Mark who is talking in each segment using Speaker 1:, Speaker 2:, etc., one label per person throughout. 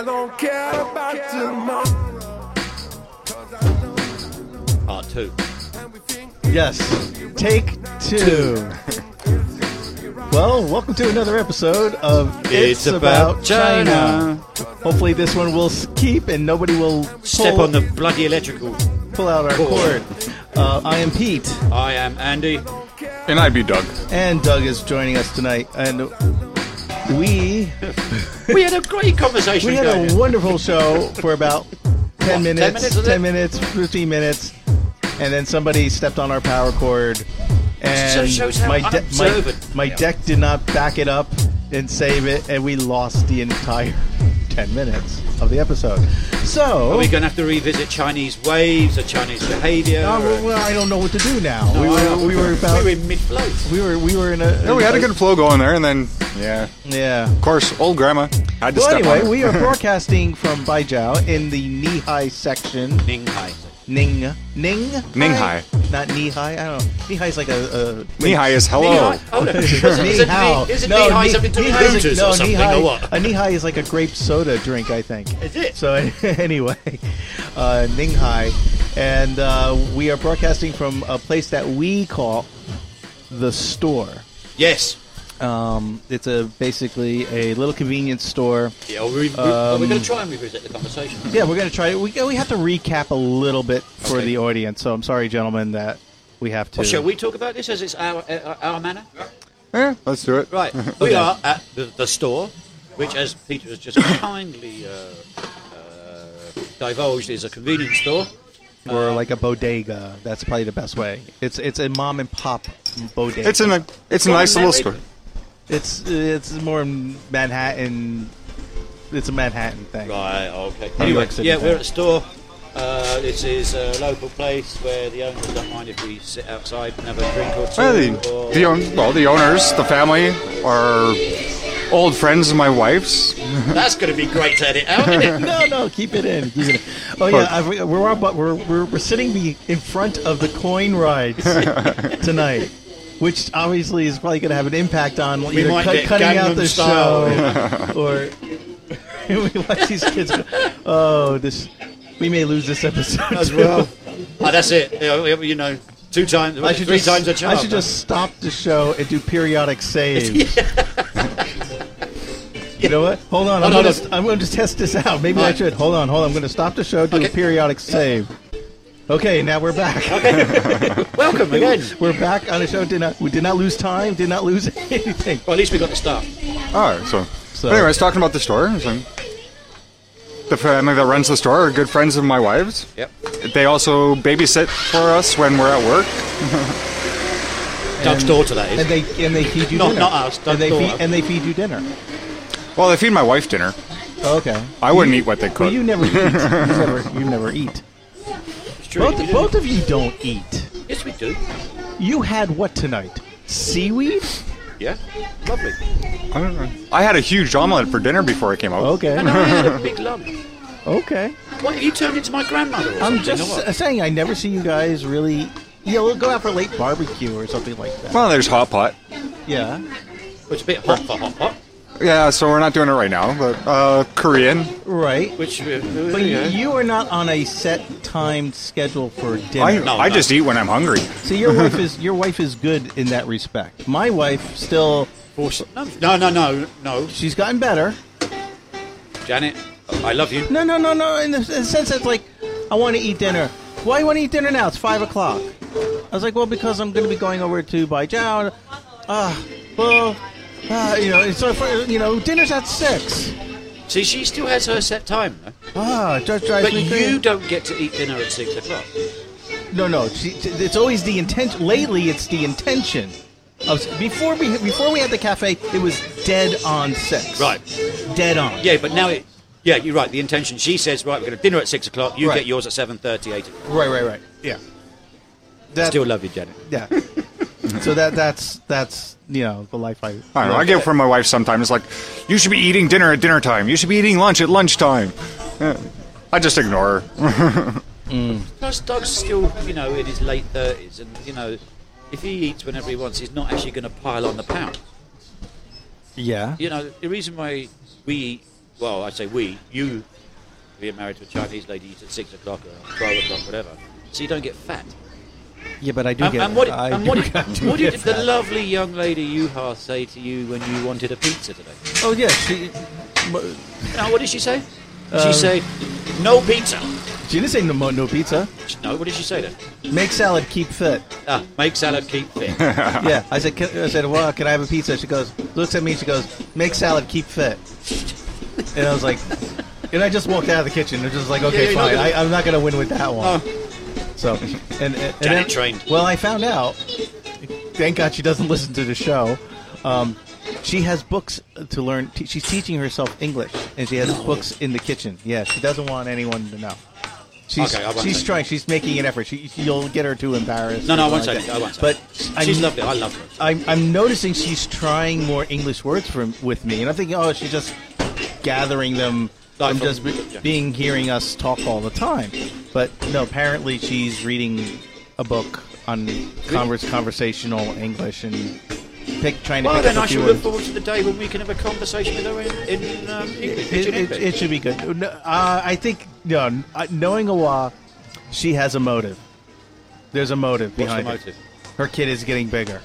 Speaker 1: I don't care about tomorrow.
Speaker 2: Part two.
Speaker 3: Yes. Take two. well, welcome to another episode of
Speaker 2: It's About China.
Speaker 3: Hopefully, this one will s- keep and nobody will
Speaker 2: Step
Speaker 3: pull,
Speaker 2: on the bloody electrical.
Speaker 3: pull out our
Speaker 2: cord.
Speaker 3: cord. Uh, I am Pete,
Speaker 2: I am Andy.
Speaker 4: And I'd be Doug.
Speaker 3: and Doug is joining us tonight, and we
Speaker 2: We had a great conversation
Speaker 3: we had
Speaker 2: going.
Speaker 3: a wonderful show for about ten
Speaker 2: What, 10
Speaker 3: minutes,
Speaker 2: minutes, was it?
Speaker 3: minutes, fifteen minutes, and then somebody stepped on our power cord, and
Speaker 2: So- shows how
Speaker 3: my my,
Speaker 2: unobservant
Speaker 3: my
Speaker 2: they are.
Speaker 3: deck did not back it up and save it, and we lost the entire ten minutes of the episode. So.
Speaker 2: Are we going to have to revisit Chinese waves or Chinese behaviour?
Speaker 3: Uh,
Speaker 2: or-
Speaker 3: well, well, I don't know what to do now.
Speaker 2: No,
Speaker 3: we
Speaker 2: I
Speaker 3: were
Speaker 2: don't.
Speaker 3: we were about
Speaker 2: We were in mid-float.
Speaker 3: we were we were in a
Speaker 4: No, we had a good flow going there, and then yeah,
Speaker 3: yeah.
Speaker 4: of course, old grandma had to
Speaker 3: Well,
Speaker 4: step
Speaker 3: anyway,
Speaker 4: on it.
Speaker 3: we are broadcasting from Baijiao in the Nihai section.
Speaker 2: Ninghai.
Speaker 3: Ning Ning
Speaker 4: Ninghai.
Speaker 3: not Nihai. I don't. know. Nihai is like a, a
Speaker 4: Nihai is hello.
Speaker 2: Ninghai? Oh, no. Isn't,
Speaker 3: Ni
Speaker 2: isn't,
Speaker 3: hao.
Speaker 2: Ni- isn't
Speaker 3: No,
Speaker 2: Ninghai
Speaker 3: ni-
Speaker 2: something to do with
Speaker 3: Nihai's a-
Speaker 2: hooters
Speaker 3: no,
Speaker 2: or something
Speaker 3: Nihai-
Speaker 2: or what?
Speaker 3: A Nihai is like a grape soda drink, I think.
Speaker 2: Is it?
Speaker 3: So anyway, uh, Ninghai, and uh, we are broadcasting from a place that we call the store.
Speaker 2: Yes.
Speaker 3: Um, it's a basically a little convenience store.
Speaker 2: Yeah, well, we, we, well, we're
Speaker 3: Um,
Speaker 2: going to try and revisit the conversation.
Speaker 3: Yeah, we're gonna try. We we have to recap a little bit for
Speaker 2: Okay.
Speaker 3: the audience. So I'm sorry, gentlemen, that we have to.
Speaker 2: Well, shall we talk about this as it's our, uh, our manner?
Speaker 4: Yeah, let's do it.
Speaker 2: Right, we are at the, the store, which, as Peter has just kindly uh, uh, divulged, is a convenience store.
Speaker 3: or like a bodega. That's probably the best way. It's it's a mom and pop bodega.
Speaker 4: It's in a it's a
Speaker 2: Well,
Speaker 4: nice little
Speaker 2: married.
Speaker 4: story.
Speaker 3: it's it's more Manhattan. It's a Manhattan thing.
Speaker 2: Right, okay.
Speaker 3: New
Speaker 2: Anyway,
Speaker 3: York City
Speaker 2: yeah,
Speaker 3: fan.
Speaker 2: we're at a store. Uh, this is a local place where the owners don't mind if we sit outside and have a drink or two.
Speaker 4: Well,
Speaker 2: or-
Speaker 4: the, the own, well, the owners, the family, are old friends of my wife's.
Speaker 2: That's going to be great to edit out, isn't it?
Speaker 3: No, no, keep it in. Keep it in. Oh yeah, I, forget- we're, all, but we're we're we're sitting be- in front of the coin rides tonight, which obviously is probably going to have an impact on either
Speaker 2: might
Speaker 3: cut-
Speaker 2: get
Speaker 3: cutting
Speaker 2: Gangnam
Speaker 3: out the
Speaker 2: Style.
Speaker 3: show or we watch these kids. go, Oh, this we may lose this episode
Speaker 2: As
Speaker 3: too."
Speaker 2: well. Oh, that's it. You know, you know, two times,
Speaker 3: I should
Speaker 2: three
Speaker 3: just,
Speaker 2: times a charm.
Speaker 3: I should just stop the show and do periodic saves. You know what? Hold on. I'm,
Speaker 2: Hold on,
Speaker 3: gonna,
Speaker 2: hold
Speaker 3: I'm going to test this out. Maybe I
Speaker 2: Alright.
Speaker 3: should. Hold on. Hold on. I'm going to stop the show. Do
Speaker 2: Okay.
Speaker 3: a periodic save. Okay. Now we're back.
Speaker 2: Welcome again.
Speaker 3: We're back on the show. Did not we did not lose time. Did not lose anything.
Speaker 2: Well, at least we got the start.
Speaker 4: Oh, so.
Speaker 3: So-
Speaker 4: anyway, I was talking about the store. So the family that runs the store are good friends of my wife's.
Speaker 2: Yep.
Speaker 4: They also babysit for us when we're at work.
Speaker 2: Doug's daughter, that
Speaker 3: And
Speaker 2: is.
Speaker 3: they and they feed you
Speaker 2: Not-
Speaker 3: dinner.
Speaker 2: not us,
Speaker 3: And they,
Speaker 2: don't-
Speaker 3: feed, and they feed you dinner.
Speaker 4: Well, they feed my wife dinner.
Speaker 3: Okay.
Speaker 4: I wouldn't eat what they cook.
Speaker 3: But you never eat. You never. You never eat.
Speaker 2: It's true. we
Speaker 3: Both
Speaker 2: do.
Speaker 3: both of you don't eat.
Speaker 2: Yes, we do.
Speaker 3: You had what tonight? Seaweed.
Speaker 2: Yeah. Lovely.
Speaker 4: I don't know. I had a huge omelet for dinner before I came out.
Speaker 2: And
Speaker 3: Okay.
Speaker 2: I had a big lump.
Speaker 3: Okay.
Speaker 2: What, have you turned into my grandmother or
Speaker 3: I'm
Speaker 2: something,
Speaker 3: just uh,
Speaker 2: or what?
Speaker 3: s- saying, I never see you guys really. Yeah, we'll go out for late barbecue or something like that.
Speaker 4: Well, there's hot pot.
Speaker 3: yeah.
Speaker 2: Well, it's a bit hot for hot pot,
Speaker 4: Yeah, so we're not doing it right now, but uh, Korean.
Speaker 3: Right.
Speaker 2: which... Uh,
Speaker 3: But
Speaker 2: yeah.
Speaker 3: you are not on a set timed schedule for
Speaker 4: I,
Speaker 3: dinner.
Speaker 2: No,
Speaker 4: I
Speaker 2: no.
Speaker 4: just eat when I'm hungry.
Speaker 3: So your wife is your wife is good in that respect. My wife still
Speaker 2: No, no, no, no.
Speaker 3: she's gotten better.
Speaker 2: Janet, I love you.
Speaker 3: No, no, no, no. In the, in the sense that like, I want to eat dinner. Why you want to eat dinner now? It's five o'clock. I was like, well, because I'm going to be going over to Baijiao. Ah, well, ah, you know, so for, you know, dinner's at six.
Speaker 2: See, she still has her set time, though.
Speaker 3: Ah, just drives
Speaker 2: But
Speaker 3: me
Speaker 2: you
Speaker 3: crazy.
Speaker 2: don't get to eat dinner at six o'clock.
Speaker 3: No, no. She, t- it's always the intention. Lately, it's the intention. Of, before we before we had the cafe, it was dead on six.
Speaker 2: Right.
Speaker 3: Dead on.
Speaker 2: Yeah, but now it. Yeah, you're right. The intention. She says, right, we're going to dinner at six o'clock. You
Speaker 3: Right.
Speaker 2: get yours at seven thirty, eight. o'clock.
Speaker 3: Right. Right. Right. Yeah. That,
Speaker 2: Still love you, Janet.
Speaker 3: Yeah. so that that's that's you know the life I.
Speaker 4: I don't know. I get it from my wife sometimes, like, you should be eating dinner at dinner time. You should be eating lunch at lunchtime. Eh, I just ignore her.
Speaker 2: Plus, Doug's still, you know, in his late thirties, and you know, if he eats whenever he wants, he's not actually going to pile on the pounds.
Speaker 3: Yeah.
Speaker 2: You know, the reason why we eat well, I say we, you being married to a Chinese lady eat at six o'clock or twelve o'clock, whatever. So you don't get fat.
Speaker 5: Yeah, but I do
Speaker 2: And,
Speaker 5: get.
Speaker 2: and what, did,
Speaker 5: I
Speaker 2: and
Speaker 5: do
Speaker 2: what, did,
Speaker 5: get-
Speaker 2: what did the lovely young lady Yuha say to you when you wanted a pizza today?
Speaker 3: Oh yes, she,
Speaker 2: No, what did she say?
Speaker 3: Um,
Speaker 2: she said, no pizza.
Speaker 3: she didn't say no, mo- no pizza.
Speaker 2: No, what did she say then?
Speaker 3: Make salad, keep fit.
Speaker 2: Ah, make salad, keep fit.
Speaker 3: yeah, I said. Can, I said, well, can I have a pizza? She goes, looks at me. She goes, make salad, keep fit. And I was like, and I just walked out of the kitchen. It was just like, okay,
Speaker 2: you're not
Speaker 3: fine.
Speaker 2: gonna-
Speaker 3: I, I'm not gonna win with that one. So, and, and, and then,
Speaker 2: Janet Oh. trained.
Speaker 3: Well, I found out. Thank God she doesn't listen to the show. Um, she has books to learn. T- she's teaching herself English, and she has books in the kitchen. Yeah, she doesn't want anyone to know. She's,
Speaker 2: Okay, I won't
Speaker 3: she's
Speaker 2: say.
Speaker 3: trying. She's making an effort. She, you'll get her too embarrassed.
Speaker 2: No, no, I
Speaker 3: or
Speaker 2: won't say
Speaker 3: something
Speaker 2: anything. I won't say
Speaker 3: But
Speaker 2: anything.
Speaker 3: I
Speaker 2: She's
Speaker 3: kn-
Speaker 2: lovely. I love her.
Speaker 3: I'm, I'm noticing she's trying more English words from with me, and I'm thinking, oh, she's just gathering them.
Speaker 2: Like
Speaker 3: I'm
Speaker 2: from-
Speaker 3: just be-
Speaker 2: yeah.
Speaker 3: being hearing us talk all the time, but no. Apparently, she's reading a book on converse, conversational English and pick trying to
Speaker 2: Well,
Speaker 3: pick
Speaker 2: then
Speaker 3: up
Speaker 2: I
Speaker 3: a few
Speaker 2: should look
Speaker 3: words.
Speaker 2: forward to the day when we can have a conversation with her in, in um, English.
Speaker 3: It,
Speaker 2: in
Speaker 3: it,
Speaker 2: English.
Speaker 3: it should be good. No, uh, I think no, n- uh, knowing Awa, she has a motive. There's a motive
Speaker 2: What's the
Speaker 3: behind
Speaker 2: motive?
Speaker 3: it. Her kid is getting bigger.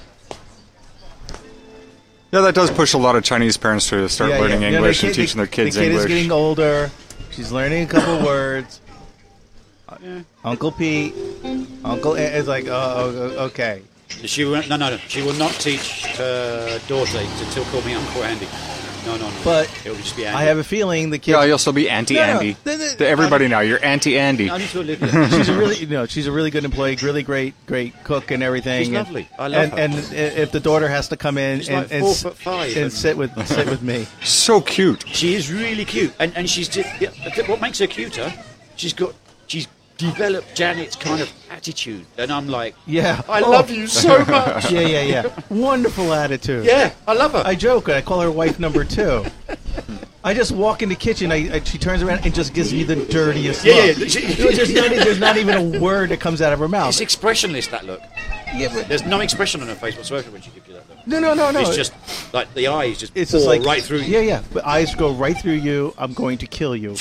Speaker 4: Yeah, that does push a lot of Chinese parents to start
Speaker 3: Yeah,
Speaker 4: learning
Speaker 3: yeah. No,
Speaker 4: English
Speaker 3: the
Speaker 4: and
Speaker 3: kid-
Speaker 4: teaching
Speaker 3: the-
Speaker 4: their kids
Speaker 3: The kid
Speaker 4: English.
Speaker 3: is getting older. She's learning a couple words. Uncle Pete, Uncle A- is like, oh, oh, okay.
Speaker 2: She will, no, no, no. She will not teach her daughter to still call me Uncle Andy. No, no, no.
Speaker 3: But
Speaker 2: it'll just be Andy.
Speaker 3: I have a feeling the kid.
Speaker 4: yeah, you'll still be Auntie
Speaker 3: No, no,
Speaker 4: Andy.
Speaker 3: no, no,
Speaker 4: to everybody now, you're Auntie Andy.
Speaker 2: I need to Olivia.
Speaker 3: she's a really, you know, she's a really good employee, really great, great cook and everything.
Speaker 2: She's
Speaker 3: and-
Speaker 2: lovely. I love
Speaker 3: and,
Speaker 2: her.
Speaker 3: And i- if the daughter has to come in
Speaker 2: She's
Speaker 3: and
Speaker 2: like
Speaker 3: and,
Speaker 2: four
Speaker 3: s-
Speaker 2: foot five
Speaker 3: and
Speaker 2: and-
Speaker 3: sit with sit with me,
Speaker 4: So cute.
Speaker 2: she is really cute, and and she's di- yeah, th- what makes her cuter. She's got she's developed Janet's kind of attitude, and I'm like,
Speaker 3: yeah,
Speaker 2: I
Speaker 3: Oh,
Speaker 2: love you so much.
Speaker 3: Yeah, yeah, yeah. Wonderful attitude.
Speaker 2: yeah, I love her.
Speaker 3: I joke and I call her wife number two. I just walk in the kitchen. I, I she turns around and just gives me the dirtiest.
Speaker 2: yeah, yeah,
Speaker 3: look.
Speaker 2: yeah. She-
Speaker 3: There's not, e-, there's not even a word that comes out of her mouth.
Speaker 2: it's expressionless that look.
Speaker 3: Yeah, but-
Speaker 2: There's no expression on her face whatsoever when she gives you that look.
Speaker 3: no, no, no, no.
Speaker 2: it's just like the eyes just
Speaker 3: It's
Speaker 2: pour
Speaker 3: just like
Speaker 2: right through you.
Speaker 3: Yeah, yeah. But eyes go right through you. I'm going to kill you.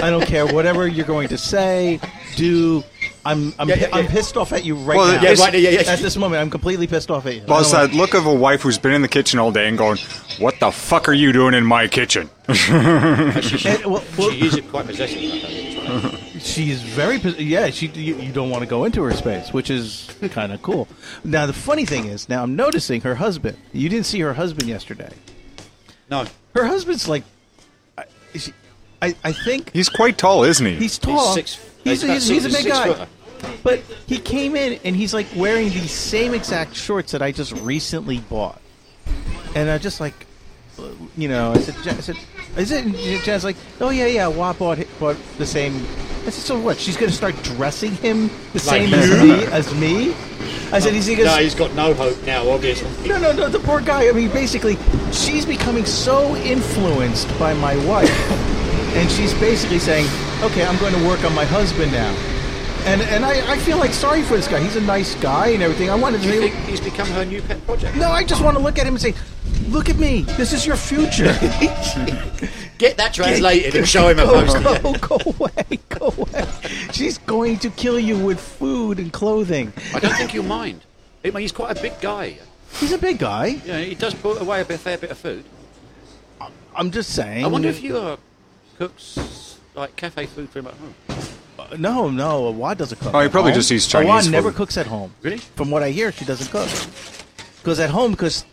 Speaker 3: I don't care whatever you're going to say, do. I'm I'm,
Speaker 2: Yeah, yeah,
Speaker 3: I'm
Speaker 2: yeah.
Speaker 3: pissed off at you right
Speaker 4: Well,
Speaker 3: now.
Speaker 4: yeah,
Speaker 2: right, yeah, uh, yeah.
Speaker 3: At this moment, I'm completely pissed off at you.
Speaker 4: Well,
Speaker 3: I
Speaker 4: it's
Speaker 3: don't
Speaker 4: that look of a wife who's been in the kitchen all day and going, "What the fuck are you doing in my kitchen?"
Speaker 3: want- and- well, well,
Speaker 2: She is quite possessive. Like that.
Speaker 3: she's very pos- yeah she you, you don't want to go into her space which is kind of cool now the funny thing is now i'm noticing her husband you didn't see her husband yesterday
Speaker 2: No,
Speaker 3: her husband's like I, she, I, I think
Speaker 4: He's quite tall, isn't he?
Speaker 3: he's tall
Speaker 2: six- he's
Speaker 3: he's,
Speaker 2: about
Speaker 3: he's, he's a
Speaker 2: six-
Speaker 3: big
Speaker 2: six
Speaker 3: guy
Speaker 2: footer.
Speaker 3: but he came in and he's like wearing the same exact shorts that i just recently bought and i just like you know, I said, Jen, I said, is it? And Jen's like, oh yeah, yeah, Wah bought bought the same. I said, so what? She's gonna start dressing him the same as
Speaker 2: you?
Speaker 3: me as me. I said, he's
Speaker 2: no,
Speaker 3: gonna.
Speaker 2: he's got no hope now. Obviously,
Speaker 3: No, no, no, the poor guy. I mean, basically, she's becoming so influenced by my wife, and she's basically saying, "Okay, I'm going to work on my husband now." And and I, I feel like sorry for this guy. He's a nice guy and everything. I wanted to.
Speaker 2: Do you
Speaker 3: Be,
Speaker 2: think he's become her new pet project?
Speaker 3: no, I just want to look at him and say, "Look at me. This is your future."
Speaker 2: Get that translated and show him a poster. yeah.
Speaker 3: Oh, go away, go away. She's going to kill you with food and clothing.
Speaker 2: I don't think he'll mind. I mean, he's quite a big guy.
Speaker 3: He's a big guy.
Speaker 2: You know, he does put away a bit, fair bit of food.
Speaker 3: I'm just saying.
Speaker 2: I wonder if you uh, cooks like cafe food for him at home.
Speaker 3: No, no, Awad doesn't cook.
Speaker 4: Oh, he
Speaker 3: at
Speaker 4: probably
Speaker 3: home.
Speaker 4: just eats Chinese
Speaker 3: Awad
Speaker 4: food.
Speaker 3: never cooks at home.
Speaker 2: Really?
Speaker 3: From what I hear, she doesn't cook. Because at home, because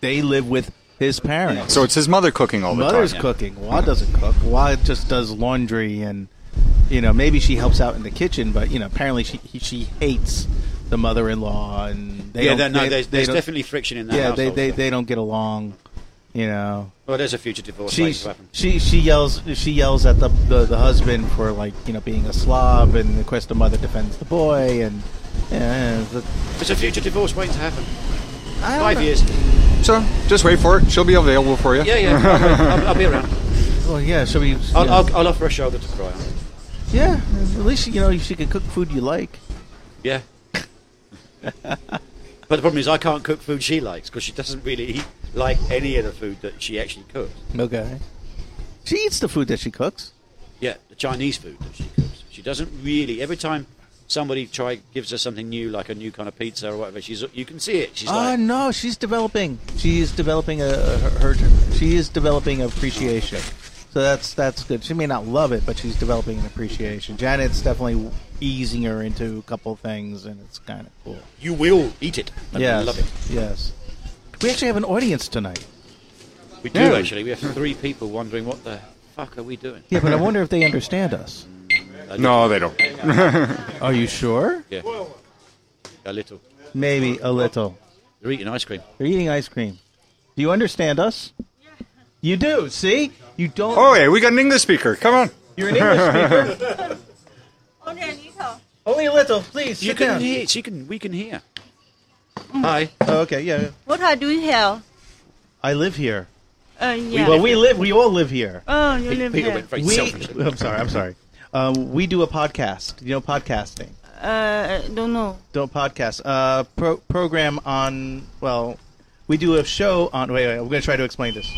Speaker 3: they live with his parents.
Speaker 4: So it's his mother cooking all the
Speaker 3: Mother's
Speaker 4: time.
Speaker 3: cooking. Wad doesn't cook. Wad just does laundry and, you know, maybe she helps out in the kitchen, but, you know, apparently she he, she hates the mother in law and they
Speaker 2: yeah,
Speaker 3: don't,
Speaker 2: there- no,
Speaker 3: they-
Speaker 2: there's,
Speaker 3: they
Speaker 2: there's
Speaker 3: don't-
Speaker 2: definitely friction in that.
Speaker 3: yeah, they,
Speaker 2: household,
Speaker 3: they,
Speaker 2: so-
Speaker 3: they don't get along. You know,
Speaker 2: Well, there's a future divorce
Speaker 3: she
Speaker 2: waiting to happen.
Speaker 3: she she yells she yells at the, the the husband for like you know being a slob, and of course the mother defends the boy, and yeah, the,
Speaker 2: There's a future divorce waiting to happen.
Speaker 3: I don't
Speaker 2: Five
Speaker 3: know.
Speaker 2: years.
Speaker 4: So just wait for it. She'll be available for you.
Speaker 2: Yeah, yeah. I'll, I'll, I'll be around.
Speaker 3: Well, yeah, so we
Speaker 2: I'll,
Speaker 3: yeah.
Speaker 2: I'll, I'll offer a shoulder to cry on.
Speaker 3: yeah, at least you know she can cook food you like.
Speaker 2: Yeah. but the problem is, I can't cook food she likes because she doesn't really eat, like any of the food that she actually cooks.
Speaker 3: Okay, She eats the food that she cooks.
Speaker 2: Yeah, the Chinese food that she cooks. She doesn't really. Every time somebody try gives her something new, like a new kind of pizza or whatever, she's you can see it. She's
Speaker 3: Ah,
Speaker 2: like,
Speaker 3: no, she's developing. She is developing a, a her, her. She is developing appreciation. So that's that's good. She may not love it, but she's developing an appreciation. Janet's definitely easing her into a couple things, and it's kind of cool.
Speaker 2: you will eat it. And
Speaker 3: yes,
Speaker 2: love it.
Speaker 3: yes. We actually have an audience tonight.
Speaker 2: We do
Speaker 4: Yeah.
Speaker 2: actually. We have three people wondering what the fuck are we doing.
Speaker 3: Yeah, but I wonder if they understand us.
Speaker 4: No, they don't.
Speaker 3: Are you sure?
Speaker 2: Yeah, a little.
Speaker 3: Maybe a little.
Speaker 2: They're eating ice cream.
Speaker 3: They're eating ice cream. Do you understand us? You do. See, you don't.
Speaker 4: Oh, yeah, we got an English speaker. Come on.
Speaker 3: You're an English speaker.
Speaker 5: Only a little.
Speaker 3: Only a little, please.
Speaker 2: You
Speaker 3: sit
Speaker 2: can
Speaker 3: down.
Speaker 2: hear. She can. We can hear. Hi.
Speaker 3: Oh, okay, yeah. yeah.
Speaker 5: What are you here?
Speaker 3: I live here.
Speaker 5: Uh, yeah.
Speaker 3: Well, we live. We all live here.
Speaker 5: oh, you live
Speaker 2: Peter
Speaker 5: here.
Speaker 2: went very
Speaker 3: We,
Speaker 2: selfishly.
Speaker 3: I'm sorry. I'm sorry. Um, we do a podcast. You know, podcasting.
Speaker 5: Uh, don't know.
Speaker 3: Don't podcast. Uh, pro- program on. Well, we do a show on. Wait, wait. I'm going to try to explain this.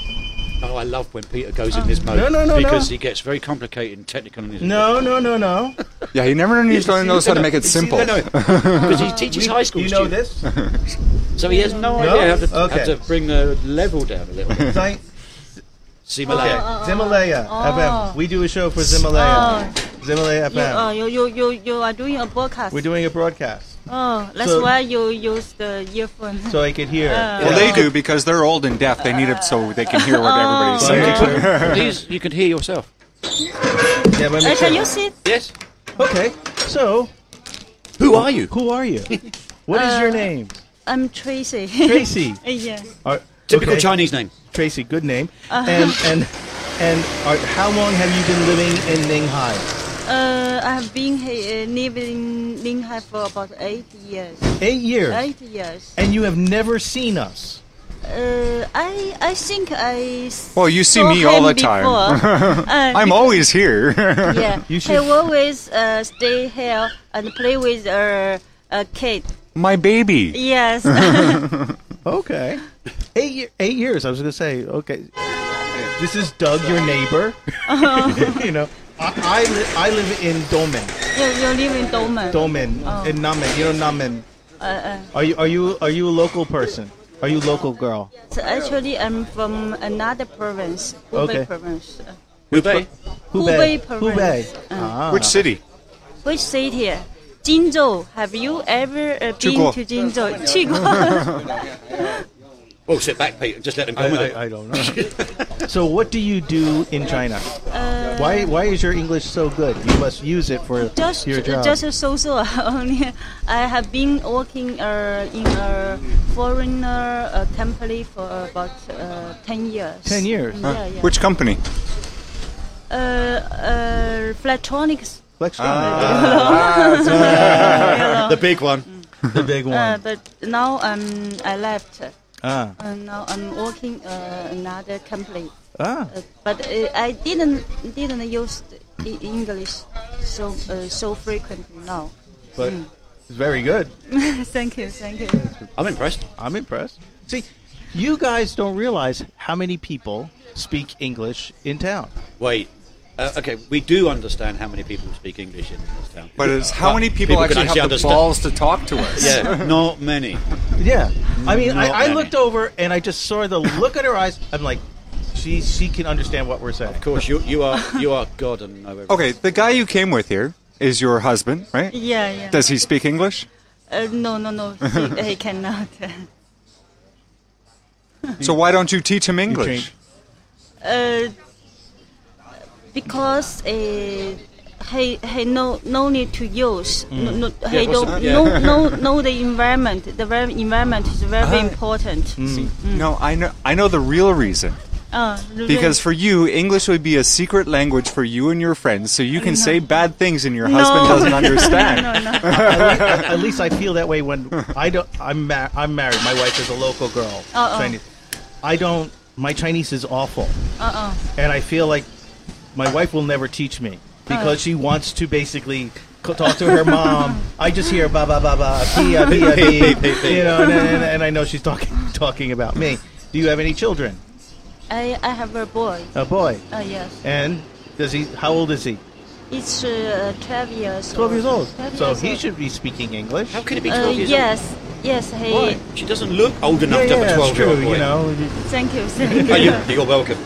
Speaker 2: Oh, I love when Peter goes in this mode.
Speaker 3: Oh. No, no, no,
Speaker 2: Because
Speaker 3: no.
Speaker 2: he gets very complicated and technical. In his
Speaker 3: No, no, no, no.
Speaker 4: Yeah, he never needs to knows how to make it simple.
Speaker 2: No, no. Because he teaches high school
Speaker 3: You know
Speaker 2: students.
Speaker 3: this?
Speaker 2: So he has no,
Speaker 3: No?
Speaker 2: idea how to,
Speaker 3: Okay.
Speaker 2: how to bring the level down a little bit.
Speaker 3: Thank-
Speaker 2: Simulate.
Speaker 3: Zimalaya
Speaker 5: Oh.
Speaker 3: FM. We do a show for Zimalaya. Zimalaya
Speaker 5: You, uh,
Speaker 3: FM.
Speaker 5: you, you, you, you are doing a broadcast.
Speaker 3: We're doing a broadcast,
Speaker 5: oh, that's
Speaker 3: so-
Speaker 5: why you use the earphone.
Speaker 3: so I could
Speaker 5: Oh.
Speaker 3: hear.
Speaker 4: Well, they do because they're old and deaf. They need it so they can hear what everybody's
Speaker 3: Let me
Speaker 4: saying.
Speaker 3: try-
Speaker 2: Please, you can hear yourself.
Speaker 3: yeah, let me
Speaker 5: Uh, can
Speaker 3: try-
Speaker 5: you sit?
Speaker 2: Yes.
Speaker 3: Okay. So,
Speaker 2: Who are you?
Speaker 3: who are you? What is your
Speaker 5: Uh,
Speaker 3: name?
Speaker 5: I'm Tracy.
Speaker 3: Tracy.
Speaker 5: Uh, yeah.
Speaker 3: Are-
Speaker 2: Typical
Speaker 3: okay.
Speaker 2: Chinese name.
Speaker 3: Tracy, good name.
Speaker 5: Uh-huh.
Speaker 3: And and and are, how long have you been living in Ninghai?
Speaker 5: Uh, I have been here, uh, living in Linghai for about eight years.
Speaker 3: Eight years.
Speaker 5: Eight years.
Speaker 3: And you have never seen us.
Speaker 5: Uh, I, I think I. s-
Speaker 4: Well, you see
Speaker 5: saw
Speaker 4: me all the
Speaker 5: him
Speaker 4: time.
Speaker 5: before. Uh,
Speaker 4: I'm always here.
Speaker 5: Yeah,
Speaker 3: You
Speaker 5: you
Speaker 3: should-
Speaker 5: always uh, stay here and play with a uh, a kid.
Speaker 4: My baby.
Speaker 5: Yes,
Speaker 3: Okay. Eight year, eight years. I was gonna say. Okay. This is Doug, your neighbor. you know, I I, li- I live in Domen,
Speaker 5: you, you live in Domen.
Speaker 3: Domen, in Namen. You know Namen.
Speaker 5: uh, uh,
Speaker 3: Are you are you are you a local person? Are you local girl?
Speaker 5: so actually, I'm from another province, Hubei
Speaker 3: Okay.
Speaker 5: province. Uh,
Speaker 2: Hubei.
Speaker 5: Hubei province.
Speaker 3: Hubei.
Speaker 5: Uh,
Speaker 3: Ah.
Speaker 4: Which city?
Speaker 5: Which city? Jinzhou. Have you ever uh,
Speaker 4: Chico.
Speaker 5: been to Jinzhou? Chico.
Speaker 2: Well, Oh, sit back, Pete, and just let them go with
Speaker 3: I,
Speaker 2: it.
Speaker 3: I, I don't know. so, what do you do in China? why Why is your English so good? You must use it for
Speaker 5: just
Speaker 3: your job.
Speaker 5: just a social only. I have been working uh, in a foreigner uh, company for about uh, ten years.
Speaker 3: 10 years?
Speaker 5: Mm,
Speaker 3: Huh.
Speaker 5: Yeah, yeah.
Speaker 4: Which company?
Speaker 5: uh, uh, Flatronics,
Speaker 3: Flex
Speaker 2: The big one.
Speaker 3: the big one.
Speaker 5: uh, but now I'm I left.
Speaker 3: ah,
Speaker 5: Uh, now I'm working uh, another company.
Speaker 3: ah.
Speaker 5: Uh, but uh, I didn't didn't use the E, English so uh, so frequently now.
Speaker 3: But it's very good.
Speaker 5: thank you, thank you.
Speaker 2: I'm impressed.
Speaker 3: I'm impressed. See, you guys don't realize how many people speak English in town.
Speaker 2: Wait. Uh, okay, we do understand how many people speak English in this town.
Speaker 4: But it's how many people,
Speaker 2: People can
Speaker 4: actually have the
Speaker 2: actually understand.
Speaker 4: balls to talk to us?
Speaker 2: yeah, not many.
Speaker 3: Yeah. I mean,
Speaker 2: Not
Speaker 3: I, I
Speaker 2: many.
Speaker 3: looked over and I just saw the look in her eyes. I'm like, she she can understand what we're saying.
Speaker 2: Of course, you, you are you are God and know everything.
Speaker 4: Okay, the guy you came with here is your husband, right?
Speaker 5: Yeah, yeah.
Speaker 4: Does he speak English?
Speaker 5: Uh, no, no, no. He, he cannot.
Speaker 4: So why don't you teach him English?
Speaker 3: train-
Speaker 5: Uh, because uh, he he no no need to use. No, no, he
Speaker 2: Mm. what's
Speaker 5: don't
Speaker 2: that?
Speaker 5: no no know the environment. The very environment is very
Speaker 2: Ah.
Speaker 5: important.
Speaker 2: Mm.
Speaker 5: Mm.
Speaker 4: No, I know. I know the real reason.
Speaker 5: Uh,
Speaker 4: Because for you, English would be a secret language for you and your friends, so you can say bad things and your
Speaker 5: No.
Speaker 4: husband doesn't understand.
Speaker 5: no, no.
Speaker 3: at, least, at least I feel that way when I don't. I'm ma- I'm married. My wife is a local girl.
Speaker 5: Uh-oh.
Speaker 3: Chinese. I don't. My Chinese is awful. Uh
Speaker 5: uh-uh.
Speaker 3: uh And I feel like my wife will never teach me because she wants to basically co- talk to her mom. I just hear ba ba ba ba pia pia pia, you know, and, and, and I know she's talking talking about me. Do you have any children?
Speaker 5: I, I have a boy.
Speaker 3: A boy.
Speaker 5: Uh, yes.
Speaker 3: And does he? How old is he?
Speaker 5: It's uh, 12 years
Speaker 3: 12 years old.
Speaker 5: 12
Speaker 3: So
Speaker 5: years
Speaker 3: he
Speaker 5: old.
Speaker 3: should be speaking English.
Speaker 2: How can it be
Speaker 5: Uh,
Speaker 2: 12 years
Speaker 5: yes. Yes, he.
Speaker 2: old? Why? She doesn't look old
Speaker 3: Yeah,
Speaker 2: enough to
Speaker 3: yeah,
Speaker 2: have a
Speaker 3: that's
Speaker 2: 12 year
Speaker 3: true.
Speaker 2: old boy.
Speaker 3: You know,
Speaker 5: Thank you. Thank
Speaker 2: Oh,
Speaker 5: you.
Speaker 2: you, you're welcome.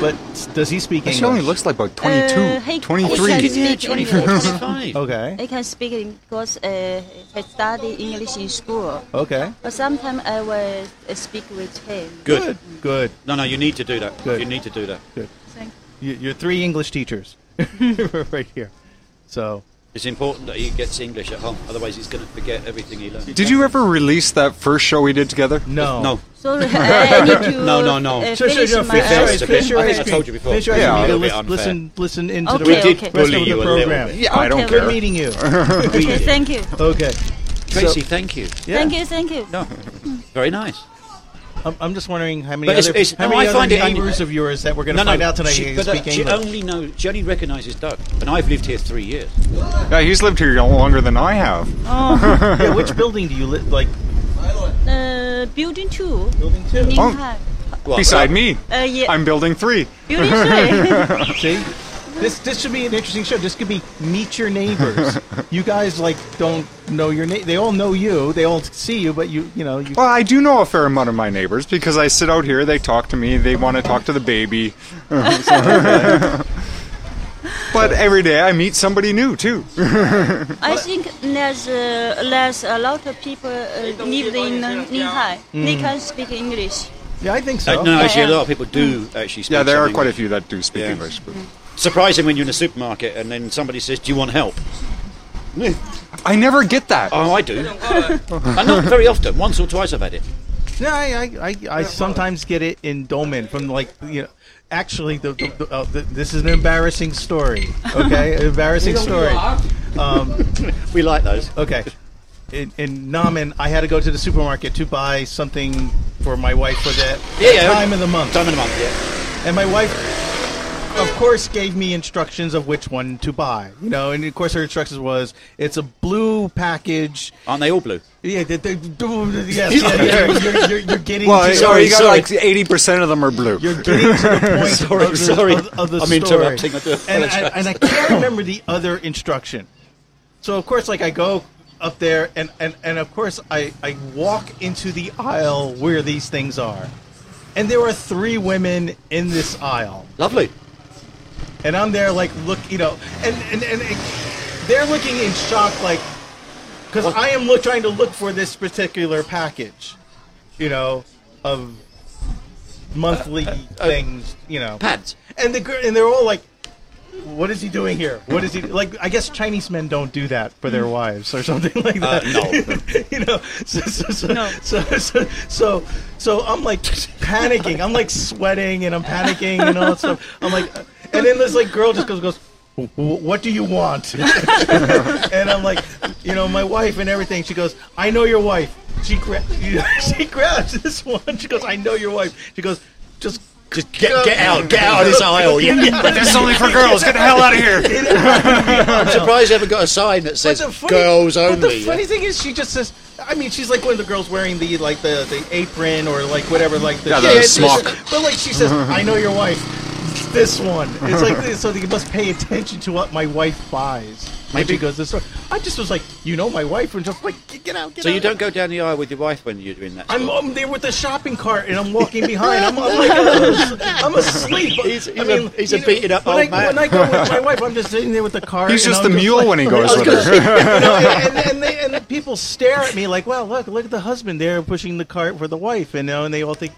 Speaker 3: but does he speak English?
Speaker 4: She only looks like about 22,
Speaker 5: Uh, he- he
Speaker 4: 23.
Speaker 5: can-
Speaker 2: Yeah,
Speaker 5: Speak
Speaker 2: 24,
Speaker 5: English.
Speaker 2: 25.
Speaker 3: Okay.
Speaker 5: I can speak in- because uh, I study English in school.
Speaker 3: Okay.
Speaker 5: But sometimes I will uh, speak with him.
Speaker 2: Good.
Speaker 3: Good.
Speaker 2: No, no, you need to do that.
Speaker 3: Good.
Speaker 2: You need to do that.
Speaker 5: Thank
Speaker 3: You- You're three English teachers right here. So
Speaker 2: It's important that he gets English at home, otherwise he's going to forget everything he learned.
Speaker 4: Did you ever release that first show we did together?
Speaker 3: no.
Speaker 2: No.
Speaker 5: Sorry, I I need to.
Speaker 2: No, no, no.
Speaker 5: Uh,
Speaker 3: Sure, sure,
Speaker 5: finish
Speaker 3: sure,
Speaker 5: my
Speaker 3: finish your
Speaker 2: That's
Speaker 3: ice
Speaker 2: a
Speaker 3: cream,
Speaker 2: bit-
Speaker 3: sure,
Speaker 2: I
Speaker 3: ice
Speaker 2: think I
Speaker 3: cream.
Speaker 2: told you before.
Speaker 3: Finish your
Speaker 4: Yeah,
Speaker 3: ice
Speaker 4: a
Speaker 3: cream.
Speaker 2: little
Speaker 3: You
Speaker 2: bit
Speaker 3: can
Speaker 2: unfair.
Speaker 3: listen, listen into the
Speaker 5: Okay,
Speaker 2: We did
Speaker 5: okay.
Speaker 3: rest
Speaker 2: bully
Speaker 3: of
Speaker 2: you
Speaker 3: the
Speaker 2: a little
Speaker 3: program.
Speaker 2: bit.
Speaker 4: Yeah, I don't
Speaker 5: Okay,
Speaker 4: care.
Speaker 5: we
Speaker 3: Meeting you.
Speaker 5: Okay, thank you.
Speaker 3: Okay.
Speaker 2: Tracy, thank you.
Speaker 3: Yeah.
Speaker 5: Thank you, thank you.
Speaker 2: No, very nice.
Speaker 3: I'm, I'm just wondering how many
Speaker 2: But it's-
Speaker 3: other,
Speaker 2: it's-
Speaker 3: how
Speaker 2: no, I
Speaker 3: many other
Speaker 2: find it un-
Speaker 3: neighbors of yours that we're going to
Speaker 2: no,
Speaker 3: find
Speaker 2: no.
Speaker 3: out tonight
Speaker 2: she,
Speaker 3: who
Speaker 2: but, uh,
Speaker 3: speak
Speaker 2: she
Speaker 3: English.
Speaker 2: only knows. She only recognises Doug, and I've lived here three years.
Speaker 4: Yeah, he's lived here longer than I have.
Speaker 2: um,
Speaker 3: yeah, which building do you live? Like
Speaker 5: Uh, building two.
Speaker 3: building two.
Speaker 5: Ninghai.
Speaker 2: Well,
Speaker 4: Beside
Speaker 2: uh,
Speaker 4: me.
Speaker 5: Uh, yeah.
Speaker 4: I'm building three.
Speaker 5: building three.
Speaker 3: See, this this should be an interesting show. This could be meet your neighbors. you guys like don't know your name. They all know you. They all see you, but you you know you.
Speaker 4: Well, I do know a fair amount of my neighbors because I sit out here, they talk to me, they want to talk to the baby. but every day I meet somebody new, too.
Speaker 5: I think there's, uh, there's a lot of people uh, live in uh, Ninghai. They can speak English.
Speaker 3: Yeah, I think so.
Speaker 2: Uh, no, actually, a
Speaker 5: Yeah. Hmm.
Speaker 2: lot of people do actually speak.
Speaker 4: Yeah, there are
Speaker 2: some
Speaker 4: quite a
Speaker 2: English.
Speaker 4: few that do speak
Speaker 2: Yeah.
Speaker 4: English. But
Speaker 2: Surprising when you're in a supermarket and then somebody says, "Do you want help?"
Speaker 4: I never get that.
Speaker 2: Oh, I do. and not very often. Once or twice I've had it.
Speaker 3: No, I, I, I, I sometimes get it in Dolmen from like you know. Actually, the, the, the, uh, the, this is an embarrassing story. Okay, An embarrassing story. Um,
Speaker 2: We like those.
Speaker 3: okay, in, in Namen, I had to go to the supermarket to buy something for my wife for that
Speaker 2: Yeah, yeah.
Speaker 3: time of the month,
Speaker 2: Time of the month. Yeah.
Speaker 3: and my wife, of course, gave me instructions of which one to buy. You know, and of course, her instructions was it's a blue package.
Speaker 2: Aren't they all blue?
Speaker 3: Yeah, they, they, yes, yeah, yeah, you're, you're, you're getting.
Speaker 4: well,
Speaker 3: to-
Speaker 4: sorry, you got
Speaker 2: sorry.
Speaker 4: like 80% of them are blue.
Speaker 3: You're getting to the point
Speaker 2: Sorry,
Speaker 3: of the,
Speaker 2: sorry.
Speaker 3: Of, of the
Speaker 2: I'm
Speaker 3: story.
Speaker 2: interrupting, I do
Speaker 3: and, I, and I can't remember the other instruction. So of course, like I go up there, and and and of course, I I walk into the aisle where these things are, and there are three women in this aisle,
Speaker 2: Lovely.
Speaker 3: and I'm there like look, you know, and and and, and they're looking in shock, like because I am look, trying to look for this particular package, you know, of monthly things, you know
Speaker 2: Pads.
Speaker 3: and the gir- and they're all like, "What is he doing here? What is he like?" I guess Chinese men don't do that for their wives or something like
Speaker 2: Mm. Uh,
Speaker 3: that.
Speaker 2: no.
Speaker 3: you know, so so so, so so so so I'm like panicking. I'm like sweating and I'm panicking and all that stuff. I'm like, and then this like girl just goes goes. "Wh- wh- What do you want? and I'm like, you know, my wife and everything. She goes, I know your wife. She gra- she grabs this one. She goes, I know your wife. She goes, just
Speaker 2: Just get, get out. Get out of this aisle. Yeah.
Speaker 4: this is only for girls. Get the hell out of here.
Speaker 2: I'm surprised they haven't got a sign that says
Speaker 3: But the funny-
Speaker 2: "Girls
Speaker 3: but
Speaker 2: Only."
Speaker 3: the funny thing is, she just says. I mean, she's like one of the girls wearing the like the, the apron or like whatever, like the
Speaker 4: Yeah, the smock.
Speaker 3: But like she says, I know your wife. This one. It's like so that you must pay attention to what my wife buys. Maybe
Speaker 2: Maybe-
Speaker 3: she goes this way. I just was like, you know, my wife, and just like get get out. Get
Speaker 2: so
Speaker 3: out.
Speaker 2: you don't go down the aisle with your wife when you're doing that.
Speaker 3: I'm,
Speaker 2: sort of-
Speaker 3: I'm there with the shopping cart and I'm walking behind. I'm, I'm like, I'm asleep.
Speaker 2: He's- he's
Speaker 3: I
Speaker 2: a-
Speaker 3: mean,
Speaker 2: he's a
Speaker 3: you know,
Speaker 2: beaten up
Speaker 3: when
Speaker 2: old
Speaker 3: I,
Speaker 2: man.
Speaker 3: When I go with my wife, I'm just sitting there with the cart.
Speaker 4: He's
Speaker 3: and
Speaker 4: just the
Speaker 3: I'm
Speaker 4: mule
Speaker 3: like-
Speaker 4: when he goes with her.
Speaker 3: You know, and, and, they, and the people stare at me like, "Wow, look, look at the husband there pushing the cart for the wife," you know, and they all think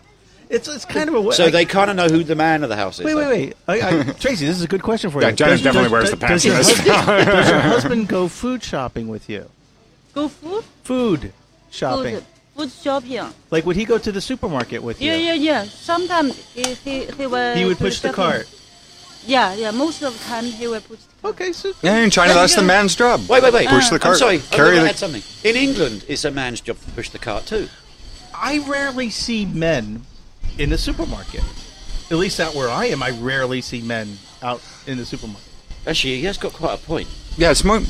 Speaker 3: it's it's kind of a
Speaker 2: so
Speaker 3: like-
Speaker 2: they kind of know who the man of the house is.
Speaker 3: Wait, wait,
Speaker 2: though.
Speaker 3: wait, I, I, Tracy, this is a good question for you.
Speaker 4: Yeah, Janet definitely wears the
Speaker 3: does your
Speaker 4: pants this
Speaker 3: husband- does your husband go food shopping with you?
Speaker 5: Go food?
Speaker 3: Food shopping,
Speaker 5: Food, food shopping.
Speaker 3: like would he go to the supermarket with you?
Speaker 5: Yeah, yeah, yeah. Sometimes he, he, he will.
Speaker 3: He would
Speaker 5: do
Speaker 3: push the
Speaker 5: shopping.
Speaker 3: cart.
Speaker 5: Yeah, yeah. Most of the time he will push. The
Speaker 3: Okay, so
Speaker 4: Yeah, in China, that's the man's job.
Speaker 2: uh, Wait, wait, wait.
Speaker 4: Push the
Speaker 2: I'm
Speaker 4: cart.
Speaker 2: sorry.
Speaker 4: Carry
Speaker 2: I
Speaker 4: the-
Speaker 2: had something. In England, it's a man's job to push the cart too.
Speaker 3: I rarely see men in the supermarket. At least out where I am, I rarely see men out in the supermarket.
Speaker 2: Actually, he has got quite a point.
Speaker 4: Yeah, it's mo-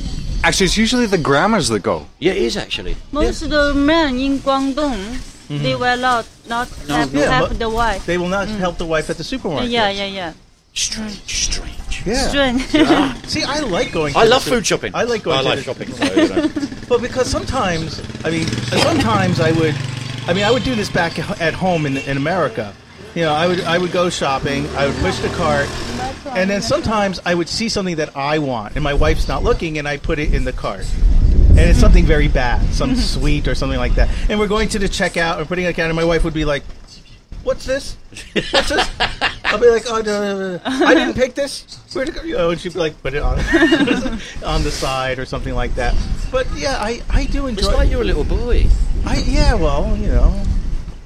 Speaker 4: actually, it's usually the grandmas that go.
Speaker 2: Yeah, it is actually.
Speaker 5: Most of the men in Guangdong, they will not not
Speaker 2: No,
Speaker 5: help,
Speaker 2: no.
Speaker 3: Yeah,
Speaker 5: help
Speaker 3: but-
Speaker 5: the wife.
Speaker 3: They will not help the wife at the supermarket.
Speaker 5: Mm. yeah, yeah, yeah.
Speaker 2: Strange, strange.
Speaker 3: Yeah.
Speaker 5: Strange.
Speaker 3: See, I like going. To
Speaker 2: I
Speaker 3: the
Speaker 2: love
Speaker 3: su-
Speaker 2: food shopping.
Speaker 3: I like going
Speaker 2: I
Speaker 3: to
Speaker 2: like
Speaker 3: the-
Speaker 2: shopping. So, you know.
Speaker 3: But because sometimes, I mean, uh, sometimes I would, I mean, I would do this back at home in, in America. You know, I would I would go shopping, I would push the cart, and then sometimes I would see something that I want, and my wife's not looking, and I put it in the cart. And it's something very bad, some sweet or something like that. And we're going to the checkout and putting it out, and my wife would be like, "What's this? What's this?" I'll be like, "Oh, no, no, no. I didn't pick this. Where'd it go?" You know, and she'd be like, "Put it on on the side or something like that." But yeah, I, I do enjoy.
Speaker 2: it's like you're a little boy.
Speaker 3: I yeah, well, you know,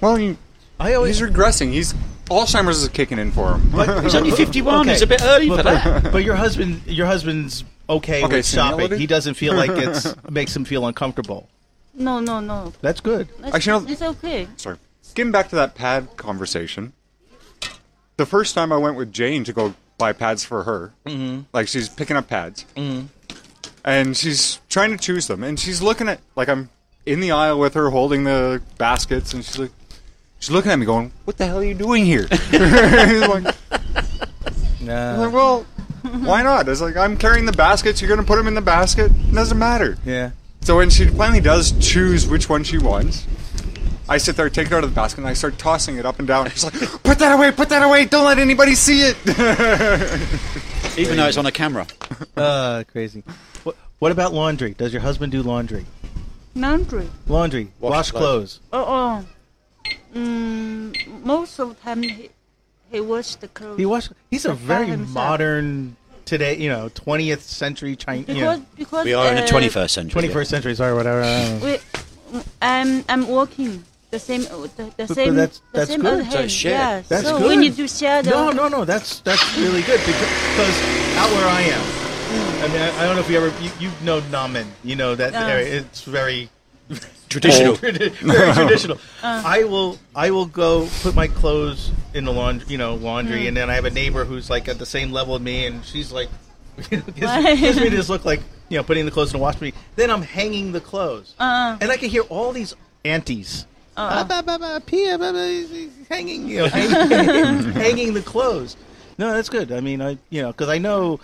Speaker 4: Well, you,
Speaker 3: I always
Speaker 4: he's regressing. He's Alzheimer's is kicking in for him.
Speaker 2: He's only 51. It's a bit early
Speaker 3: but,
Speaker 2: for that.
Speaker 3: But your husband, your husband's okay,
Speaker 4: Okay,
Speaker 3: with shopping.
Speaker 4: senility?
Speaker 3: He doesn't feel like it's makes him feel uncomfortable.
Speaker 5: no, no, no.
Speaker 3: That's good.
Speaker 5: It's,
Speaker 4: Actually, no-
Speaker 5: it's okay.
Speaker 4: Sorry. Getting back to that pad conversation. The first time I went with Jane to go buy pads for her, mm-hmm. like she's picking up pads, mm-hmm. and she's trying to choose them, and she's looking at like I'm in the aisle with her holding the baskets, and she's like, she's looking at me going, "What the hell are you doing here?" like, I'm like,
Speaker 3: Nah,
Speaker 4: well, why not? It's like I'm carrying the baskets. You're gonna put them in the basket. It doesn't matter.
Speaker 3: yeah.
Speaker 4: So when she finally does choose which one she wants, I sit there, take it out of the basket, and I start tossing it up and down. She's like, "Put that away! Put that away! Don't let anybody see it!"
Speaker 2: Even though it's on a camera.
Speaker 3: Uh, crazy. What, what about laundry? Does your husband do laundry?
Speaker 5: Laundry.
Speaker 3: Laundry, wash,
Speaker 2: Wash
Speaker 3: clothes.
Speaker 2: clothes.
Speaker 5: Oh, oh. Mm, most of the time he, he washes the clothes.
Speaker 3: He wash. He's a
Speaker 5: By
Speaker 3: very
Speaker 5: himself.
Speaker 3: modern today. You know, twentieth century Chinese.
Speaker 5: because because
Speaker 2: We are in the
Speaker 5: uh,
Speaker 2: 21st century.
Speaker 3: Twenty first century. Sorry, whatever. I don't know.
Speaker 5: We, I'm I'm working the same uh, the, the
Speaker 3: but
Speaker 5: same
Speaker 3: that's-
Speaker 5: the
Speaker 3: that's
Speaker 5: same
Speaker 3: good.
Speaker 5: as
Speaker 2: So
Speaker 5: him.
Speaker 2: share.
Speaker 5: Yeah.
Speaker 3: That's
Speaker 5: so
Speaker 3: good.
Speaker 5: we need to share the
Speaker 3: No, no, no. That's that's really good because, because out where I am, I mean, I, I don't know if you ever you, you know Namen. You know that
Speaker 5: Uh.
Speaker 3: area. It's very
Speaker 2: Traditional.
Speaker 3: very traditional.
Speaker 5: Uh.
Speaker 3: I will I will go put my clothes in the laundry, you know, laundry,
Speaker 5: Mm.
Speaker 3: and then I have a neighbor who's like at the same level as me, and she's like, gives, gives me this look like you know putting the clothes in the wash me. Then I'm hanging the clothes,
Speaker 5: Uh-uh.
Speaker 3: and I can hear all these aunties. Uh, bah, bah, bah, Pia, bah, bah, he's- he's hanging, you know, hanging, hanging the clothes. No, that's good. I mean, I you know, because I know.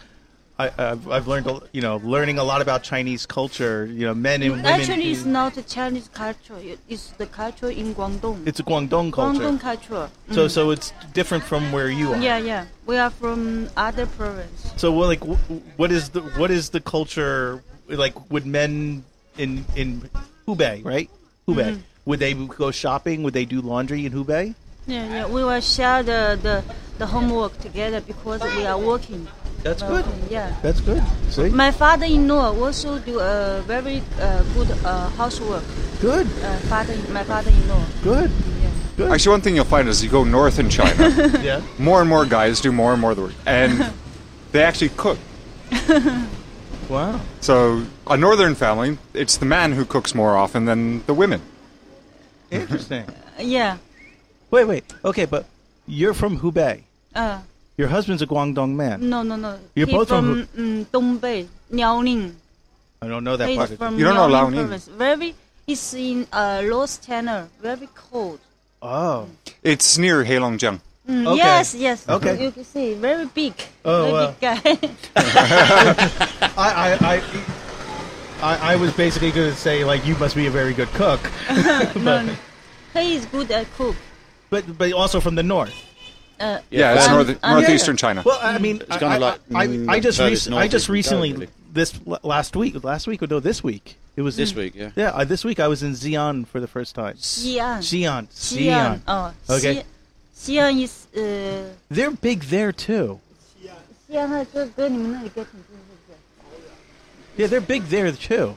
Speaker 3: I, I've, I've learned, a- you know, learning a lot about Chinese culture. You know, men and women.
Speaker 5: Actually,
Speaker 3: who-
Speaker 5: it's not the Chinese culture. It- It's the culture in Guangdong.
Speaker 3: it's a Guangdong culture.
Speaker 5: Guangdong culture. Mm.
Speaker 3: So, so it's different from where you are.
Speaker 5: Yeah, yeah. We are from other province.
Speaker 3: So, well, like, wh- what is the what is the culture like? Would men in in Hubei, right? Hubei, would they go shopping? Would they do laundry in Hubei?
Speaker 5: Yeah, yeah. We will share the, the, the homework together because we are working.
Speaker 3: That's good.
Speaker 5: Yeah.
Speaker 3: That's good. See,
Speaker 5: My father-in-law also do a very uh, good uh, housework.
Speaker 3: good,
Speaker 5: Uh, father, my father-in-law.
Speaker 3: good.
Speaker 4: Actually, one thing you'll find is you go north in China,
Speaker 3: Yeah.
Speaker 4: more and more guys do more and more of the work, and they actually cook.
Speaker 3: Wow.
Speaker 4: So a northern family, it's the man who cooks more often than the women.
Speaker 3: Interesting.
Speaker 5: Yeah.
Speaker 3: wait, wait. Okay, but you're from Hubei.
Speaker 5: Uh,
Speaker 3: Your husband's a Guangdong man.
Speaker 5: no, no, no.
Speaker 3: You're
Speaker 5: He
Speaker 3: both from
Speaker 5: from um, Dongbei, Liaoning.
Speaker 3: I don't know that
Speaker 5: He's
Speaker 3: part. of-
Speaker 5: from
Speaker 4: You don't know
Speaker 5: Liaoning
Speaker 4: Liaoning?
Speaker 5: province. Very, it's in uh, lost tenor. Very cold.
Speaker 3: oh,
Speaker 4: It's near Heilongjiang.
Speaker 5: Mm,
Speaker 3: Okay.
Speaker 5: Yes, yes.
Speaker 3: Okay.
Speaker 5: You can see, very big.
Speaker 3: Oh,
Speaker 5: very big guy.
Speaker 3: I, I, I, I, I was basically going to say like you must be a very good cook,
Speaker 5: no, no. He is good at cook.
Speaker 3: but but also from the north.
Speaker 5: Uh,
Speaker 4: Yeah, it's
Speaker 5: Um,
Speaker 4: north,
Speaker 5: um,
Speaker 4: northeastern China.
Speaker 3: Well, I mean, I,
Speaker 2: kinda
Speaker 3: I-
Speaker 2: like,
Speaker 3: I,
Speaker 2: mm,
Speaker 3: I just
Speaker 2: furthest
Speaker 3: rec- I
Speaker 2: northeast
Speaker 3: just
Speaker 2: we go,
Speaker 3: recently
Speaker 2: really.
Speaker 3: this l- last week, last week or no, this week it was
Speaker 2: This week, yeah.
Speaker 3: Yeah, I, this week I was in Xi'an for the first time.
Speaker 5: Xi'an.
Speaker 3: Xi'an, Xi'an.
Speaker 5: Xi'an. Oh,
Speaker 3: Okay.
Speaker 5: Xi- Xi'an is uh,
Speaker 3: They're big there too.
Speaker 5: 西安的歌跟你们那里歌挺近，是不是？
Speaker 3: Yeah, they're big there too,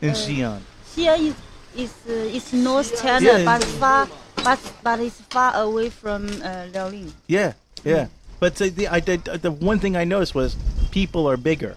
Speaker 3: in
Speaker 5: Oh.
Speaker 3: Xi'an.
Speaker 5: 西安 is is uh, is North China,
Speaker 3: Yeah.
Speaker 5: but far but but it's far away from uh, Liaoning.
Speaker 3: Yeah, yeah.
Speaker 5: Hmm.
Speaker 3: But the, the I did the one thing I noticed was people are bigger.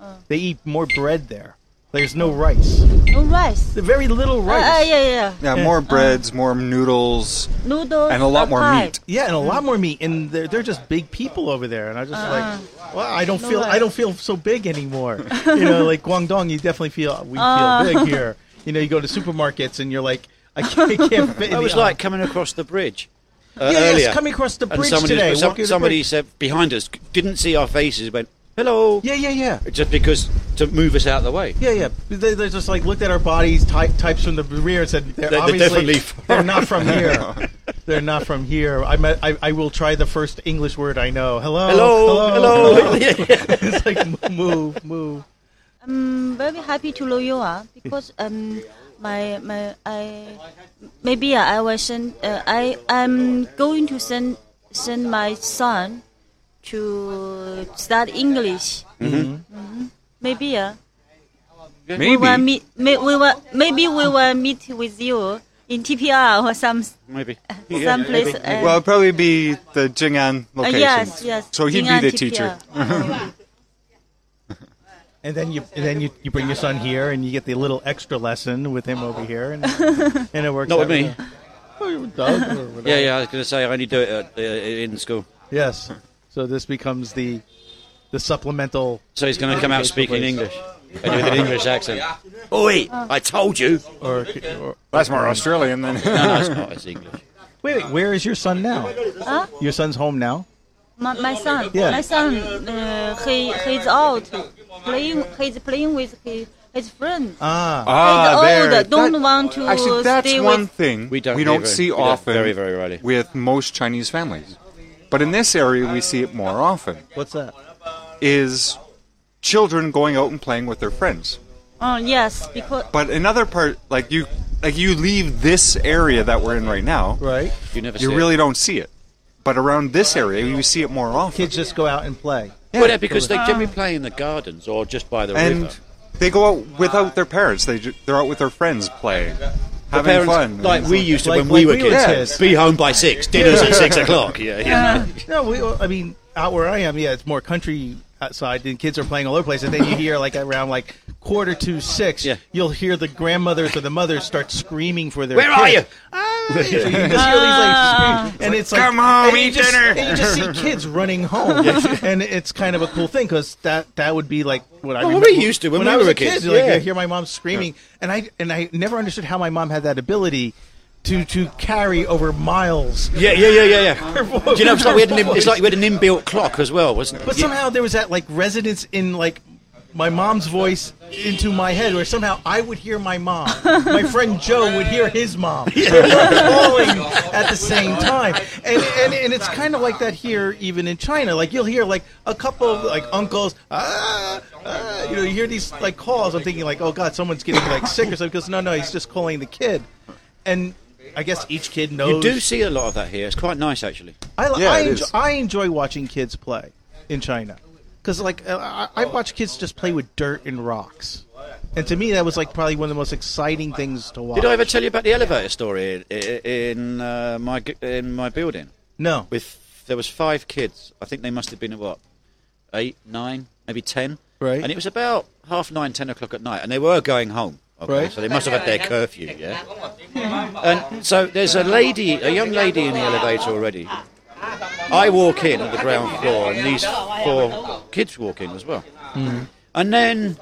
Speaker 5: Oh.
Speaker 3: They eat more bread there. There's no rice.
Speaker 5: No rice.
Speaker 3: There's very little rice.
Speaker 5: Uh, uh, yeah, yeah.
Speaker 4: yeah, more breads, more noodles,
Speaker 5: Noodles
Speaker 4: and a lot
Speaker 5: uh,
Speaker 4: more
Speaker 5: pie.
Speaker 4: meat.
Speaker 3: Yeah, and a
Speaker 5: Hmm.
Speaker 3: lot more meat, and they're, they're just big people over there, and I just like, wow, I don't
Speaker 5: Uh-huh. No
Speaker 3: feel
Speaker 5: way.
Speaker 3: I don't feel so big anymore.
Speaker 5: Uh.
Speaker 3: you know, like Guangdong, you definitely feel we feel big here. You know, you go to supermarkets and you're like, I can't, I can't fit in
Speaker 2: I
Speaker 3: the
Speaker 2: was
Speaker 3: aisle.
Speaker 2: like coming across the bridge. Uh,
Speaker 3: Yeah, yes,
Speaker 2: earlier.
Speaker 3: coming across the
Speaker 2: And
Speaker 3: bridge
Speaker 2: somebody,
Speaker 3: today,
Speaker 2: some-
Speaker 3: walking the
Speaker 2: somebody
Speaker 3: bridge.
Speaker 2: said behind us didn't see our faces. Went hello.
Speaker 3: yeah, yeah, yeah.
Speaker 2: Just because to move us out of the way.
Speaker 3: Yeah, yeah. They, they just like looked at our bodies, ty- types from the rear, and said they're,
Speaker 2: They're- they're
Speaker 3: obviously
Speaker 2: definitely from-
Speaker 3: they're not from here. they're not from here. I, met, I I will try the first English word I know. Hello,
Speaker 2: Hello, Oh, hello. Yeah.
Speaker 3: it's like move, move.
Speaker 5: I'm Mm, very happy to know you are because um my my I maybe ah, I will send uh, I I'm going to send send my son to study English. Mm-hmm. Maybe uh, we
Speaker 4: Maybe.
Speaker 5: will meet may, we will maybe we will meet with you in TPR or some
Speaker 2: Maybe. Yeah,
Speaker 5: some
Speaker 2: maybe.
Speaker 5: place. uh,
Speaker 4: Well, it'd probably be the Jing'an
Speaker 5: uh,
Speaker 4: location.
Speaker 5: yes, yes.
Speaker 4: So he'd
Speaker 5: Jing'an
Speaker 4: be the
Speaker 5: TPR.
Speaker 4: teacher.
Speaker 3: And then you and then you, you bring your son here, and you get the little extra lesson with him over here, and, and it works.
Speaker 2: Not
Speaker 3: out
Speaker 2: with me.
Speaker 3: well. With Doug or whatever.
Speaker 2: Yeah, yeah. I was going to say I only do it at, uh, in school.
Speaker 3: Yes. So this becomes the the supplemental.
Speaker 2: So he's going to come out speaking
Speaker 3: Please.
Speaker 2: English and with an English accent. Oi! I told you.
Speaker 3: Or, or
Speaker 4: That's more Australian than.
Speaker 2: No, no, it's not. It's English.
Speaker 3: wait, where is your son now?
Speaker 5: Huh?
Speaker 3: Your son's home now.
Speaker 5: My, my son,
Speaker 3: Yeah.
Speaker 5: my son, uh, he he's out playing. He's playing with his his friend.
Speaker 3: Ah.
Speaker 4: ah,
Speaker 5: He's
Speaker 4: there.
Speaker 5: old, don't
Speaker 4: That-
Speaker 5: want to
Speaker 4: Actually, that's
Speaker 5: stay
Speaker 4: one
Speaker 5: with-
Speaker 4: thing
Speaker 2: We don't
Speaker 4: we don't
Speaker 2: either.
Speaker 4: see
Speaker 2: We don't,
Speaker 4: often
Speaker 2: very, very rarely.
Speaker 4: with most Chinese families. But in this area, we see it more often.
Speaker 3: What's that?
Speaker 4: Is children going out and playing with their friends.
Speaker 5: Oh yes, because
Speaker 4: But another part, like you, like you leave this area that we're in right now,
Speaker 3: Right.
Speaker 2: You never.
Speaker 4: you
Speaker 2: see it.
Speaker 4: really don't see it. But around this area, you see it more often.
Speaker 3: Kids just go out and play.
Speaker 2: Well, yeah, because they generally play in the gardens or just by the
Speaker 4: and
Speaker 2: river.
Speaker 4: they go out without their parents. They ju- they're out with their friends playing, having
Speaker 2: Parents,
Speaker 4: fun.
Speaker 2: like we used to
Speaker 3: Like-
Speaker 2: when we
Speaker 3: like
Speaker 2: were
Speaker 3: we were
Speaker 2: kids,
Speaker 3: kids.
Speaker 2: be home by six, dinners at six o'clock. Yeah, yeah.
Speaker 3: No, we. I mean, out where I am, yeah, it's more country outside, and kids are playing all over the place. And then you hear like around like quarter to six,
Speaker 2: Yeah.
Speaker 3: you'll hear the grandmothers or the mothers start screaming for their.
Speaker 2: Where are
Speaker 3: kids.
Speaker 2: you? Ah.
Speaker 3: Ah, so you just hear these like screams, and it's like
Speaker 4: "Come home,
Speaker 3: and you
Speaker 4: eat
Speaker 3: just-
Speaker 4: dinner."
Speaker 3: And you just see kids running home, and it's kind of a cool thing because that that would be like what I
Speaker 2: Well,
Speaker 3: remember-
Speaker 2: we used to when we
Speaker 3: I was
Speaker 2: were
Speaker 3: a kid.
Speaker 2: kids,
Speaker 3: Like
Speaker 2: yeah.
Speaker 3: I hear my mom screaming, and I and I never understood how my mom had that ability to to carry over miles.
Speaker 2: Yeah, yeah, yeah, yeah, yeah. Do you know, it's like, we had an, im- it's
Speaker 3: Voice.
Speaker 2: like we had an inbuilt clock as well, wasn't it?
Speaker 3: But
Speaker 2: Yeah.
Speaker 3: somehow there was that like resonance in like my mom's voice into my head, where somehow I would hear my mom. my friend Joe would hear his mom calling at the same time, and and, and it's kind of like that here, even in China. Like you'll hear like a couple of like uncles, ah, ah, you know, you hear these like calls. I'm thinking like, oh god, someone's getting like sick or something. Because no, no, he's just calling the kid, and. I guess each kid knows.
Speaker 2: you do see a lot of that here. It's quite nice, actually.
Speaker 3: I, li-
Speaker 4: Yeah,
Speaker 3: I,
Speaker 4: it
Speaker 3: enjoy,
Speaker 4: is.
Speaker 3: I enjoy watching kids play in China because like uh, I, I watch kids just play with dirt and rocks, and to me that was like probably one of the most exciting things to watch.
Speaker 2: Did I ever tell you about the elevator story in, in uh, my g- in my building?
Speaker 3: No.
Speaker 2: With there was five kids. I think they must have been at what eight, nine, maybe ten.
Speaker 3: Right.
Speaker 2: And it was about half nine, ten o'clock at night, and they were going home. Okay,
Speaker 3: Right.
Speaker 2: So they must have had their curfew. Yeah. And so there's a lady, a young lady in the elevator already. I walk in at the ground floor, and these four kids walk in as well. And then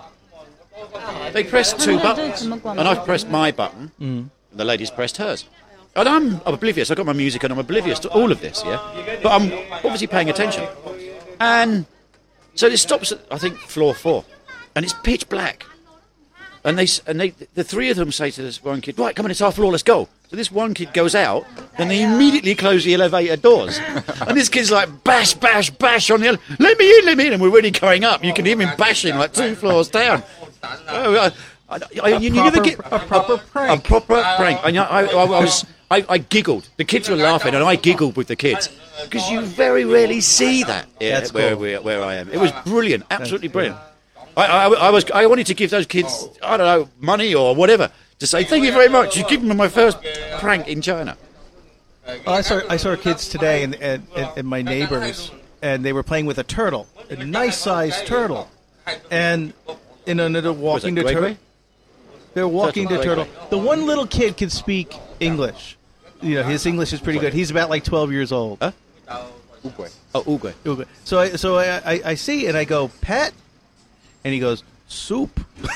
Speaker 2: they pressed two buttons, and I've pressed my button, and the lady's pressed hers. And I'm oblivious. I've got my music, and I'm oblivious to all of this, yeah. But I'm obviously paying attention. And so this stops at I think floor four, and it's pitch black. And they s- and they the three of them say to this one kid, "Right, come on, it's our floor, let's go." So this one kid goes out, then they immediately close the elevator doors, and this kid's like bash, bash, bash on the ele- let me in, let me in, and we're really going up. You can hear him bashing like two floors down. Oh, I- I- I- you, you never get
Speaker 3: a proper
Speaker 2: a
Speaker 3: prank.
Speaker 2: proper prank. And I, I, I was, I, I giggled. The kids were laughing, and I giggled with the kids because you very rarely see that yeah,
Speaker 3: That's
Speaker 2: where,
Speaker 3: cool.
Speaker 2: where where I am. It was brilliant, absolutely brilliant. I, I, I was I wanted to give those kids I don't know money or whatever to say thank you very much. You've given me my first prank in China.
Speaker 3: Oh, I saw I saw kids today and and, and, and my neighbors, and they were playing with a turtle, a nice sized turtle, and in another
Speaker 2: Was that
Speaker 3: walking the
Speaker 2: Gwei
Speaker 3: turtle.
Speaker 2: Gwei?
Speaker 3: They're walking the
Speaker 2: Turtle.
Speaker 3: turtle. The one little kid can speak English. You know, his English is pretty good. He's about like 12 years old.
Speaker 2: Huh? Oh, Uguay.
Speaker 3: Okay. So I so I, I, I see and I go pet, and he goes soup.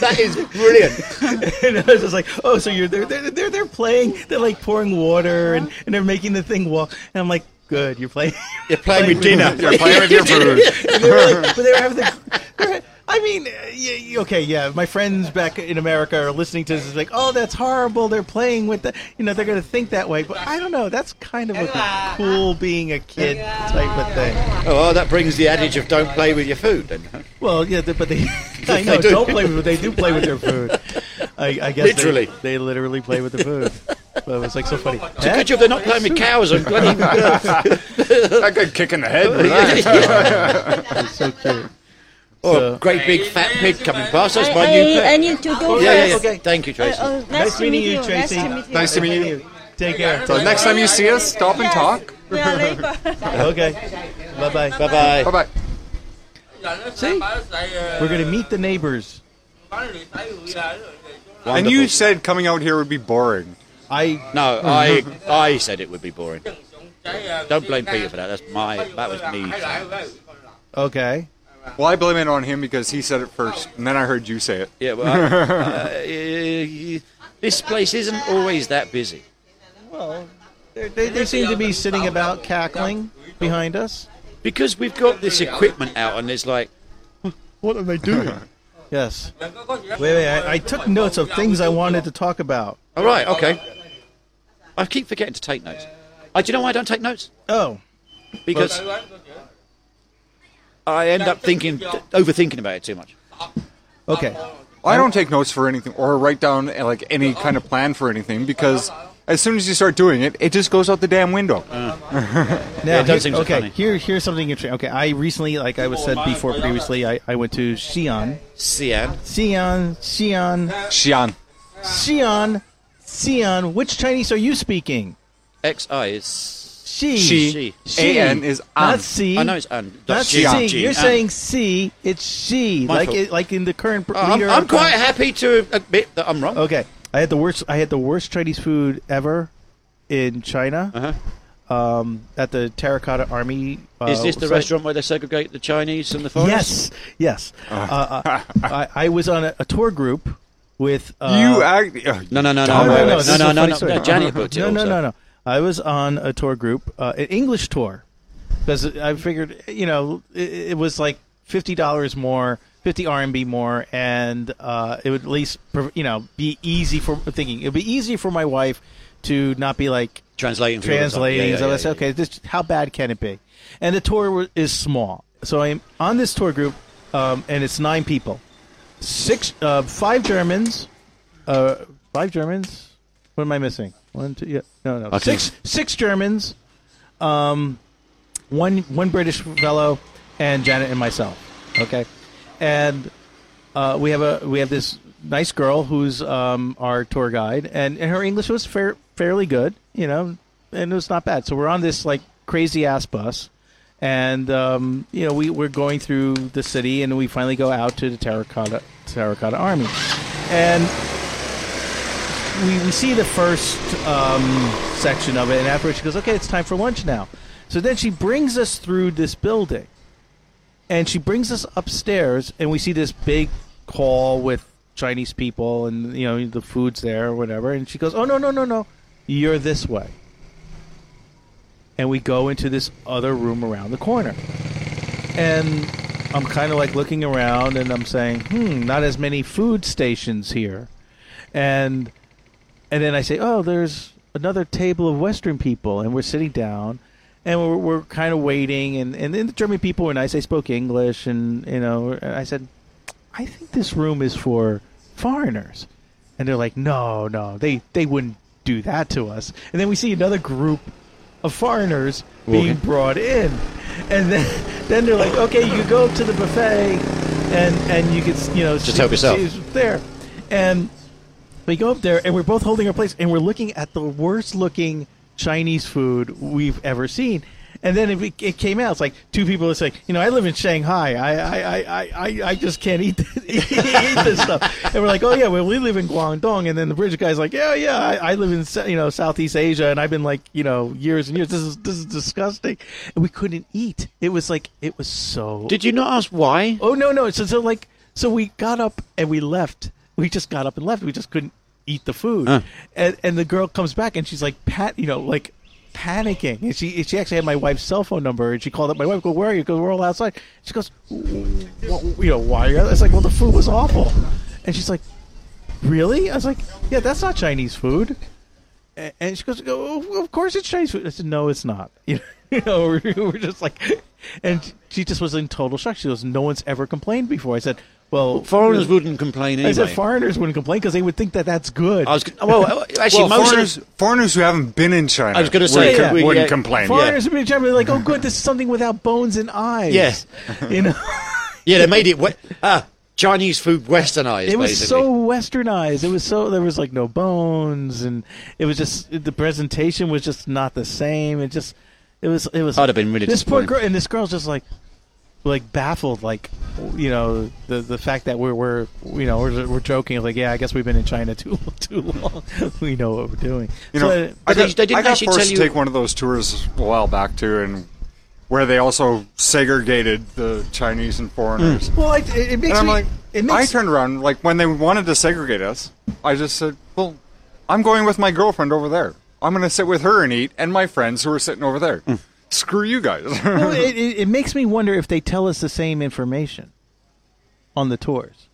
Speaker 2: That is brilliant.
Speaker 3: and I was just like, oh, so you're they're they're they're, they're playing, they're like pouring water and, and they're making the thing walk, and I'm like, good, you're playing.
Speaker 2: You're playing with dinner.
Speaker 4: You're playing with your food.
Speaker 3: And they were like, but they were having the. they're- I mean, uh, yeah, yeah, okay, yeah. My friends back in America are listening to this. It's like, oh, that's horrible. They're playing with the, you know, they're going to think that way. But I don't know. That's kind of a cool being a kid type of thing.
Speaker 2: Oh, well, that brings the adage of don't play with your food. Then.
Speaker 3: Well, yeah, they- but they, I know,
Speaker 2: They do.
Speaker 3: do. not play with, they do play with their food. I, I guess they-
Speaker 2: Literally.
Speaker 3: they, literally play with the food. But it was like so funny. Huh?
Speaker 2: Good job they're not playing with cows and bloody
Speaker 4: That could kick in the head. with that.
Speaker 3: so cute.
Speaker 2: or
Speaker 3: So-
Speaker 2: Oh, a great big fat pig coming past. That's
Speaker 5: I,
Speaker 2: my new
Speaker 5: I, I
Speaker 2: pet.
Speaker 5: need to go.
Speaker 2: Yeah, yeah, yeah.
Speaker 5: first.
Speaker 3: Okay.
Speaker 2: Thank you, Tracy.
Speaker 5: Oh, nice,
Speaker 3: Nice
Speaker 5: to
Speaker 3: meeting
Speaker 5: meet
Speaker 3: you,
Speaker 5: you.
Speaker 3: Tracy.
Speaker 5: Nice to meet you.
Speaker 4: Nice to meet you.
Speaker 3: Take care.
Speaker 4: So next time you see us, stop and talk.
Speaker 5: We are neighbor.
Speaker 3: Okay. Bye bye.
Speaker 2: Bye bye.
Speaker 4: Bye bye.
Speaker 3: See? We're going to meet the neighbors.
Speaker 4: And you said coming out here would be boring.
Speaker 3: I
Speaker 2: No, I I said it would be boring. Don't blame Peter for that. That's my that was me.
Speaker 3: okay.
Speaker 4: Well, I blame it on him because he said it first, and then I heard you say it.
Speaker 2: Yeah, well, I- uh, this place isn't always that busy.
Speaker 3: Well, they, they seem to be sitting about cackling behind us.
Speaker 2: Because we've got this equipment out and it's like, what are they doing?
Speaker 3: Yes. Wait, wait. I, I took notes of things I wanted to talk about.
Speaker 2: All right, okay. I keep forgetting to take notes. I, do you know why I don't take notes?
Speaker 3: Oh,
Speaker 2: Because I end up thinking, overthinking about it too much.
Speaker 3: okay.
Speaker 4: I don't take notes for anything or write down eh, like any kind of plan for anything because as soon as you start doing it, it just goes out the damn window.
Speaker 2: Uh,
Speaker 3: Now,
Speaker 2: it does
Speaker 3: here-
Speaker 2: seem so
Speaker 3: okay.
Speaker 2: funny.
Speaker 3: Here, here's something interesting. Okay, I recently, like I was said before previously, I, I went to Xi'an,
Speaker 2: Sian,
Speaker 3: Xi'an, Xi'an,
Speaker 4: Xian.
Speaker 3: Xi'an, Xi'an. Which Chinese are you speaking?
Speaker 2: XI is.
Speaker 3: She.
Speaker 2: She.
Speaker 4: AN is
Speaker 3: Not
Speaker 4: an.
Speaker 3: C.
Speaker 2: I know Oh, it's An.
Speaker 3: Not C.
Speaker 2: Xi'an.
Speaker 3: You're
Speaker 2: Xi'an.
Speaker 3: saying C. It's she.
Speaker 2: My
Speaker 3: like
Speaker 2: fault. Uh,
Speaker 3: it, like in the current pr-
Speaker 2: I'm,
Speaker 3: leader.
Speaker 2: I'm
Speaker 3: of-
Speaker 2: quite happy to admit that I'm wrong.
Speaker 3: Okay. I had the worst. I had the worst Chinese food ever in China. Um, at the Terracotta Army. Uh,
Speaker 2: Uh-huh. Is this the
Speaker 3: site.
Speaker 2: restaurant where they segregate the Chinese and the foreigners?
Speaker 3: Yes. Yes. Uh, uh, I, I was on a, a tour group with uh,
Speaker 4: you act. uh,
Speaker 2: No, no, no, no, no,
Speaker 3: Oh, no, no,
Speaker 2: no,
Speaker 3: this is a
Speaker 2: no, no,
Speaker 3: funny
Speaker 2: no,
Speaker 3: story. Uh-huh.
Speaker 2: no. Janet booked it.
Speaker 3: No, no,
Speaker 2: also.
Speaker 3: no, no. I was on a tour group, uh, an English tour, because I figured, you know, it, it was like fifty dollars more, fifty RMB more, and uh, it would at least, prov- you know, be easy for thinking. It would be easy for my wife to not be like
Speaker 2: Translating. for you all the time.
Speaker 3: translating.
Speaker 2: Yeah, yeah,
Speaker 3: so
Speaker 2: yeah,
Speaker 3: I said,
Speaker 2: yeah.
Speaker 3: okay, this, how bad can it be? And the tour wa- is small. So I'm on this tour group, um, and it's nine people. Six, uh, five Germans, uh, five Germans. What am I missing? One, two, yeah, no, no,
Speaker 2: Okay.
Speaker 3: six, six Germans, um, one, one British fellow, and Janet and myself. Okay, and uh, we have a we have this nice girl who's um, our tour guide, and, and her English was fair, fairly good, you know, and it was not bad. So we're on this like crazy ass bus, and um, you know we we're going through the city, and we finally go out to the terracotta terracotta army, and we, we see the first um, section of it, and afterwards she goes, "Okay, it's time for lunch now." So then she brings us through this building and she brings us upstairs and we see this big hall with chinese people and you know the food's there or whatever and she goes oh no no no no you're this way and we go into this other room around the corner and i'm kind of like looking around and i'm saying hmm not as many food stations here and and then I say, "Oh, there's another table of Western people," and we're sitting down, and we're, we're kind of waiting, and and then the German people were nice. They spoke English, and you know, and I said, "I think this room is for foreigners," and they're like, "No, no, they they wouldn't do that to us." And then we see another group of foreigners being brought in, and then then they're like, "Okay, you go up to the buffet." And, and you can s- you know just
Speaker 2: help yourself.
Speaker 3: there, and we go up there and we're both holding our plates and we're looking at the worst looking Chinese food we've ever seen. And then it, be- it came out. It's like two people. It's like you know, I live in Shanghai. I I, I, I, I- I just can't eat this, eat this stuff. And we're like, oh yeah, well we live in Guangdong. And then the British guy's like, yeah, yeah, I, I live in Sa- you know Southeast Asia, and I've been like you know years and years. This is this is disgusting. And we couldn't eat. It was like it was so.
Speaker 2: Did you not ask why?
Speaker 3: oh no no. So, so like so we got up and we left. We just got up and left. We just couldn't eat the food. And and the girl comes back and she's like pat you know like panicking and she she actually had my wife's cell phone number and she called up my wife go where are you because we're all outside she goes well, you know why are you it's like well the food was awful and she's like really i was like yeah that's not chinese food A- and she goes oh, of course it's chinese food i said no it's not you know we're, we're just like and she just was in total shock she goes no one's ever complained before i said well
Speaker 2: Foreigners wouldn't complain
Speaker 3: i
Speaker 2: anyway.
Speaker 3: said foreigners wouldn't complain because they would think that that's good
Speaker 2: I was g- well, actually,
Speaker 4: Well,
Speaker 2: most of-
Speaker 4: foreigners, foreigners who haven't been in China
Speaker 2: I was gonna
Speaker 4: wouldn't
Speaker 2: say,
Speaker 4: com-
Speaker 3: yeah.
Speaker 2: we-
Speaker 4: wouldn't
Speaker 2: yeah.
Speaker 4: complain.
Speaker 3: foreigners would be generally like oh good this is something without bones and eyes
Speaker 2: Yeah.
Speaker 3: you know
Speaker 2: yeah, they made it we- ah, Chinese food westernized.
Speaker 3: It was
Speaker 2: basically.
Speaker 3: so westernized. It was so there was like no bones, and it was just the presentation was just not the same. It just it was it was.
Speaker 2: I'd have been really
Speaker 3: this poor
Speaker 2: disappointed.
Speaker 3: girl, and this girl's just like like baffled, like you know the the fact that we're we're you know we're we're joking like yeah I guess we've been in China too too long. we know what we're doing.
Speaker 4: You know,
Speaker 3: But-
Speaker 4: I
Speaker 2: but they-
Speaker 4: got,
Speaker 2: they didn't
Speaker 4: I got
Speaker 2: actually
Speaker 4: forced
Speaker 2: tell
Speaker 4: to
Speaker 2: you-
Speaker 4: take one of those tours a while back too, and where they also segregated the Chinese and
Speaker 2: Mm.
Speaker 4: foreigners.
Speaker 3: well, it, it makes
Speaker 4: And I'm
Speaker 3: me.
Speaker 4: like,
Speaker 3: it
Speaker 4: I
Speaker 3: makes
Speaker 4: turned around like when they wanted to segregate us. I just said, "Well, I'm going with my girlfriend over there. I'm going to sit with her and eat, and my friends who are sitting over there.
Speaker 2: Mm.
Speaker 4: Screw you guys."
Speaker 3: Well, it, it, it makes me wonder if they tell us the same information on the tours.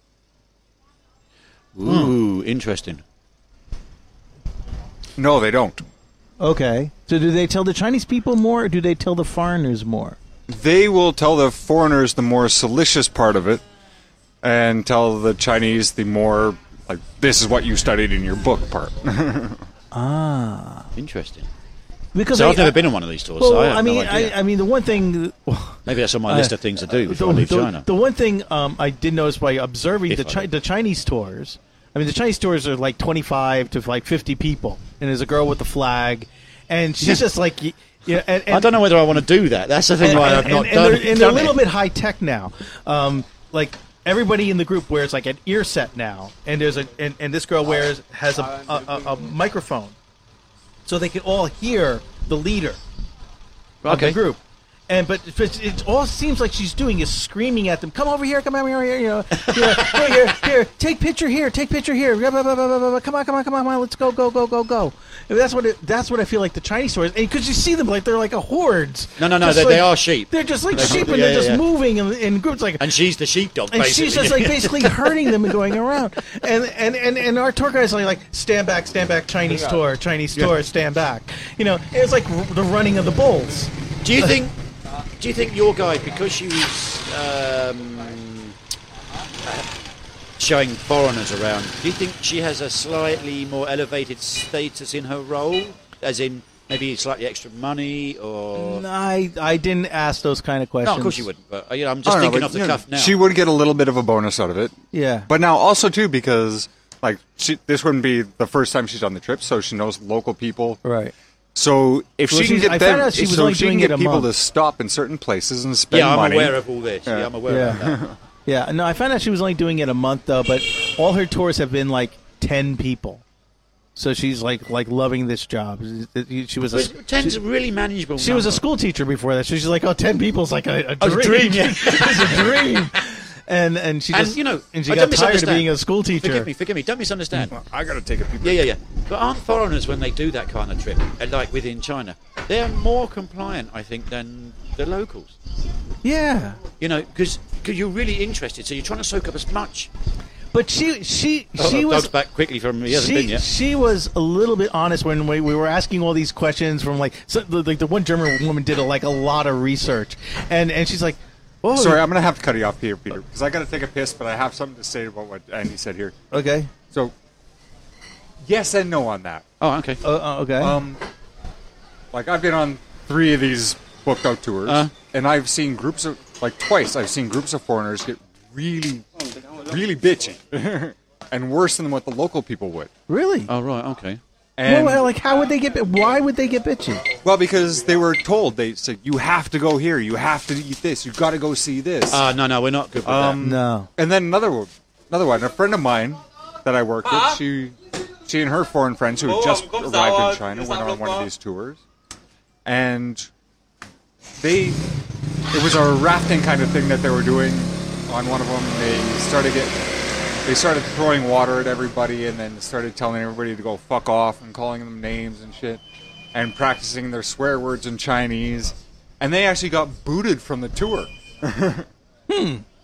Speaker 2: Ooh,
Speaker 3: Mm.
Speaker 2: interesting.
Speaker 4: no, they don't.
Speaker 3: Okay. So do they tell the Chinese people more or do they tell the foreigners more?
Speaker 4: They will tell the foreigners the more salacious part of it, and tell the Chinese the more like this is what you studied in your book part.
Speaker 2: Interesting.
Speaker 3: Because
Speaker 2: So
Speaker 3: I,
Speaker 2: I've never been on one of these tours.
Speaker 3: Well,
Speaker 2: so I, have
Speaker 3: I mean,
Speaker 2: no idea.
Speaker 3: I, Uh, I mean, the one thing.
Speaker 2: Maybe that's on my list of things to do before I leave
Speaker 3: the,
Speaker 2: China.
Speaker 3: the one thing um, I did notice by observing
Speaker 2: If
Speaker 3: the,
Speaker 2: I
Speaker 3: chi-
Speaker 2: did.
Speaker 3: the Chinese tours. I mean, the Chinese tours are like twenty-five to like fifty people, and there's a girl with the flag, and she's just like, y- yeah. And, and,
Speaker 2: I don't know whether I want to do that. That's the thing why I've not
Speaker 3: and
Speaker 2: done,
Speaker 3: they're, and they're
Speaker 2: done
Speaker 3: a little
Speaker 2: it.
Speaker 3: bit high tech now. Um, like everybody in the group wears like an ear set now, and there's a and, and this girl wears has a a, a, a microphone, so they can all hear the leader of
Speaker 2: Okay.
Speaker 3: the group. And but it's, it's all seems like she's doing is screaming at them, "Come over here! Come over here! You know, you know, here, here, here, take picture here, take picture here! Blah, blah, blah, blah, blah, blah, blah. Come on, come on, come on, come on! Let's go, go, go, go, go!" And that's what it, that's what I feel like the Chinese stores, because you see them like they're like a hordes.
Speaker 2: No, no, no,
Speaker 3: Just
Speaker 2: they-
Speaker 3: like-
Speaker 2: they are sheep.
Speaker 3: They're just like sheep, and
Speaker 2: Yeah,
Speaker 3: they're just
Speaker 2: yeah, yeah.
Speaker 3: moving in, in groups like.
Speaker 2: And she's the sheepdog,
Speaker 3: And
Speaker 2: basically.
Speaker 3: she's just like basically herding them and going around. And and, and, and our tour guide's like, like, stand back, stand back, Chinese tour, Chinese tour, stand back. You know, it was like r- the running of the bulls.
Speaker 2: do you think? Do you think your guy, because she was um, showing foreigners around, do you think she has a slightly more elevated status in her role, as in maybe slightly extra money or?
Speaker 3: I I didn't ask those kind of questions.
Speaker 2: No, of course you wouldn't. But uh, you know, I'm
Speaker 4: I
Speaker 2: just
Speaker 4: don't know,
Speaker 2: thinking
Speaker 4: but,
Speaker 2: off the
Speaker 4: you know,
Speaker 2: cuff now.
Speaker 4: She would get a little bit of a bonus out of it.
Speaker 3: Yeah.
Speaker 4: But now also too because like she, this wouldn't be the first time she's on the trip, so she knows local people.
Speaker 3: Right.
Speaker 4: So if
Speaker 3: Well,
Speaker 4: she can
Speaker 3: she's-
Speaker 4: get
Speaker 3: I found
Speaker 4: them,
Speaker 3: out she was
Speaker 4: so
Speaker 3: only
Speaker 4: she can
Speaker 3: doing it
Speaker 4: get
Speaker 3: a
Speaker 4: people
Speaker 3: month.
Speaker 4: to stop in certain places and spend
Speaker 2: yeah, I'm
Speaker 4: money.
Speaker 2: aware of all this. Yeah, I'm aware of
Speaker 3: Yeah.
Speaker 2: that.
Speaker 3: Yeah. No, I found out she was only doing it a month though, but all her tours have been like ten people. So she's like like loving this job. She was a
Speaker 2: But ten's a really manageable.
Speaker 3: she was a
Speaker 2: number.
Speaker 3: school teacher before that. So she's like, oh, 10 people's like a, a
Speaker 2: A
Speaker 3: dream.
Speaker 2: dream, yeah.
Speaker 3: it's a dream. And and she
Speaker 2: And,
Speaker 3: just
Speaker 2: you know,
Speaker 3: and she
Speaker 2: I
Speaker 3: got
Speaker 2: don't
Speaker 3: tired of
Speaker 2: misunderstand.
Speaker 3: being a school teacher.
Speaker 2: Forgive me, forgive me. Don't misunderstand.
Speaker 4: I gotta take a peek.
Speaker 2: Yeah, yeah, yeah. But aren't foreigners when they do that kind of trip, and like within China, they're more compliant, I think, than the locals.
Speaker 3: Yeah.
Speaker 2: You know, because you're really interested, so you're trying to soak up as much.
Speaker 3: But she she
Speaker 2: Oh,
Speaker 3: she
Speaker 2: oh,
Speaker 3: was
Speaker 2: Doug's back quickly from he hasn't
Speaker 3: she,
Speaker 2: been yet.
Speaker 3: she was a little bit honest when we, we were asking all these questions from like so, the- like the one German woman did a, like a lot of research and and she's like oh
Speaker 4: Sorry, I'm gonna have to cut you off here, Peter, because I gotta take a piss. But I have something to say about what Andy said here.
Speaker 3: okay
Speaker 4: So yes and no on that.
Speaker 2: Oh, okay.
Speaker 3: uh, uh, okay
Speaker 4: Um, like I've been on three of these booked out tours,
Speaker 2: Uh.
Speaker 4: and I've seen groups of like twice. I've seen groups of foreigners get really, really bitchy, and worse than what the local people would.
Speaker 3: really
Speaker 2: Oh, right. Okay.
Speaker 4: And
Speaker 3: well, like, how would they get? bi- Why would they get bitchy?
Speaker 4: well, because they were told they said you have to go here, you have to eat this, you got to go see this.
Speaker 2: Ah, no, no, we're not good with
Speaker 4: Um,
Speaker 3: No.
Speaker 4: And then another one, another one. A friend of mine that I worked with, she, she and her foreign friends who had just arrived in China went on one of these tours, and they, it was a rafting kind of thing that they were doing. On one of them, they started get, they started throwing water at everybody, and then started telling everybody to go fuck off and calling them names and shit, and practicing their swear words in Chinese, and they actually got booted from the tour.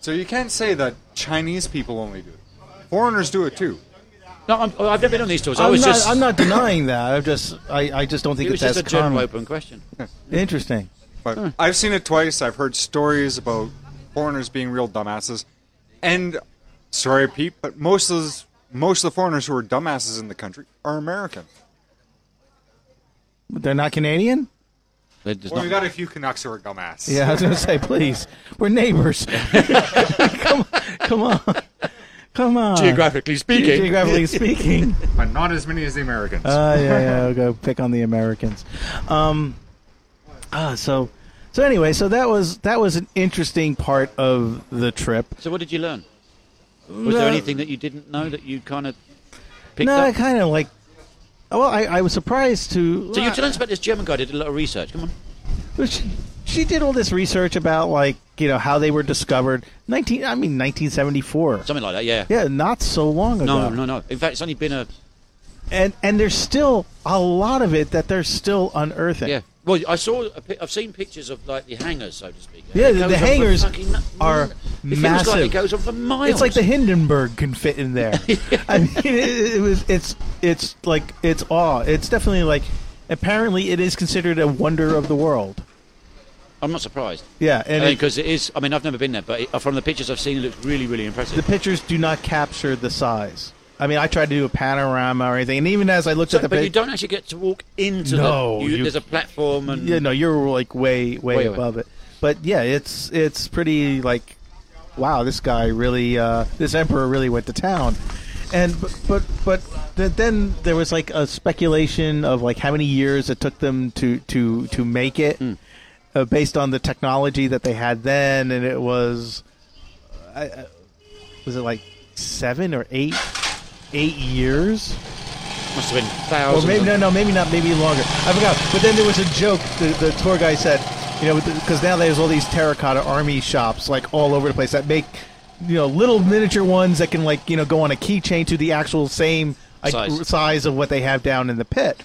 Speaker 4: So you can't say that Chinese people only do it. Foreigners do it too.
Speaker 2: that. No, I'm, oh, I've never been on these tours. I
Speaker 3: I'm
Speaker 2: was
Speaker 3: not,
Speaker 2: just.
Speaker 3: I'm not denying that. I'm just, I, I just don't think
Speaker 2: it was
Speaker 3: it's
Speaker 2: just a
Speaker 3: as
Speaker 2: general
Speaker 3: common.
Speaker 2: open question.
Speaker 3: Interesting.
Speaker 4: But I've seen it twice. I've heard stories about foreigners being real dumbasses. And sorry, Pete, but most of those, most of the foreigners who are dumbasses in the country are American.
Speaker 3: They're not Canadian.
Speaker 2: It does
Speaker 4: Well, we
Speaker 2: not-
Speaker 4: got a few Canucks who are dumbass.
Speaker 3: Yeah, I was gonna say, please, we're neighbors. come, come on, come on.
Speaker 2: Geographically speaking,
Speaker 3: Geographically speaking.
Speaker 4: but not as many as the Americans.
Speaker 3: Uh, yeah, yeah. I'll go pick on the Americans. Um, ah, so, so anyway, so that was that was an interesting part of the trip.
Speaker 2: So what did you learn? Was there anything that you didn't know that you kind of picked
Speaker 3: No, I
Speaker 2: up?
Speaker 3: kind of like. Well, I, I was surprised to.
Speaker 2: So you tell us about this German guy. Did a lot of research. Come on.
Speaker 3: Well, she, she did all this research about like you know how they were discovered. Nineteen, I mean, nineteen seventy four.
Speaker 2: Something like that. Yeah.
Speaker 3: Yeah, not so long
Speaker 2: No,
Speaker 3: ago.
Speaker 2: no, no. In fact, it's only been a
Speaker 3: And and there's still a lot of it that they're still unearthing.
Speaker 2: yeah. Well, I saw. A, pi- I've seen pictures of like the hangers, so to speak.
Speaker 3: Yeah,
Speaker 2: It
Speaker 3: the- the
Speaker 2: goes on for
Speaker 3: hangers
Speaker 2: fucking mi-
Speaker 3: are
Speaker 2: it feels
Speaker 3: massive.
Speaker 2: Like it goes on for miles.
Speaker 3: It's like the Hindenburg can fit in there. I mean, it, it was. It's. It's like it's awe. It's definitely like. Apparently, it is considered a wonder of the world.
Speaker 2: I'm not surprised.
Speaker 3: Yeah, and it,
Speaker 2: because it is. I mean, I've never been there, but it, from the pictures I've seen, it looks really, really impressive.
Speaker 3: the pictures do not capture the size. I mean, I tried to do a panorama or anything, and even as I looked
Speaker 2: So-
Speaker 3: at the
Speaker 2: but
Speaker 3: pic-
Speaker 2: you don't actually get to walk into
Speaker 3: No,
Speaker 2: the. You,
Speaker 3: you-
Speaker 2: there's a platform and
Speaker 3: yeah, no, you're like way, way,
Speaker 2: Way away.
Speaker 3: above it. But yeah, it's it's pretty like, wow, this guy really, uh, this emperor really went to town, and but but, but th- then there was like a speculation of like how many years it took them to to to make it,
Speaker 2: Hmm.
Speaker 3: uh, based on the technology that they had then, and it was, I, I, was it like seven or eight, eight years?
Speaker 2: must have been
Speaker 3: Or
Speaker 2: thousands.
Speaker 3: maybe
Speaker 2: of-
Speaker 3: no, no, maybe not. Maybe longer. I forgot. But then there was a joke. The, the tour guy said, you know, because now there's all these terracotta army shops like all over the place that make, you know, little miniature ones that can like you know go on a keychain to the actual same like,
Speaker 2: Size.
Speaker 3: size of what they have down in the pit.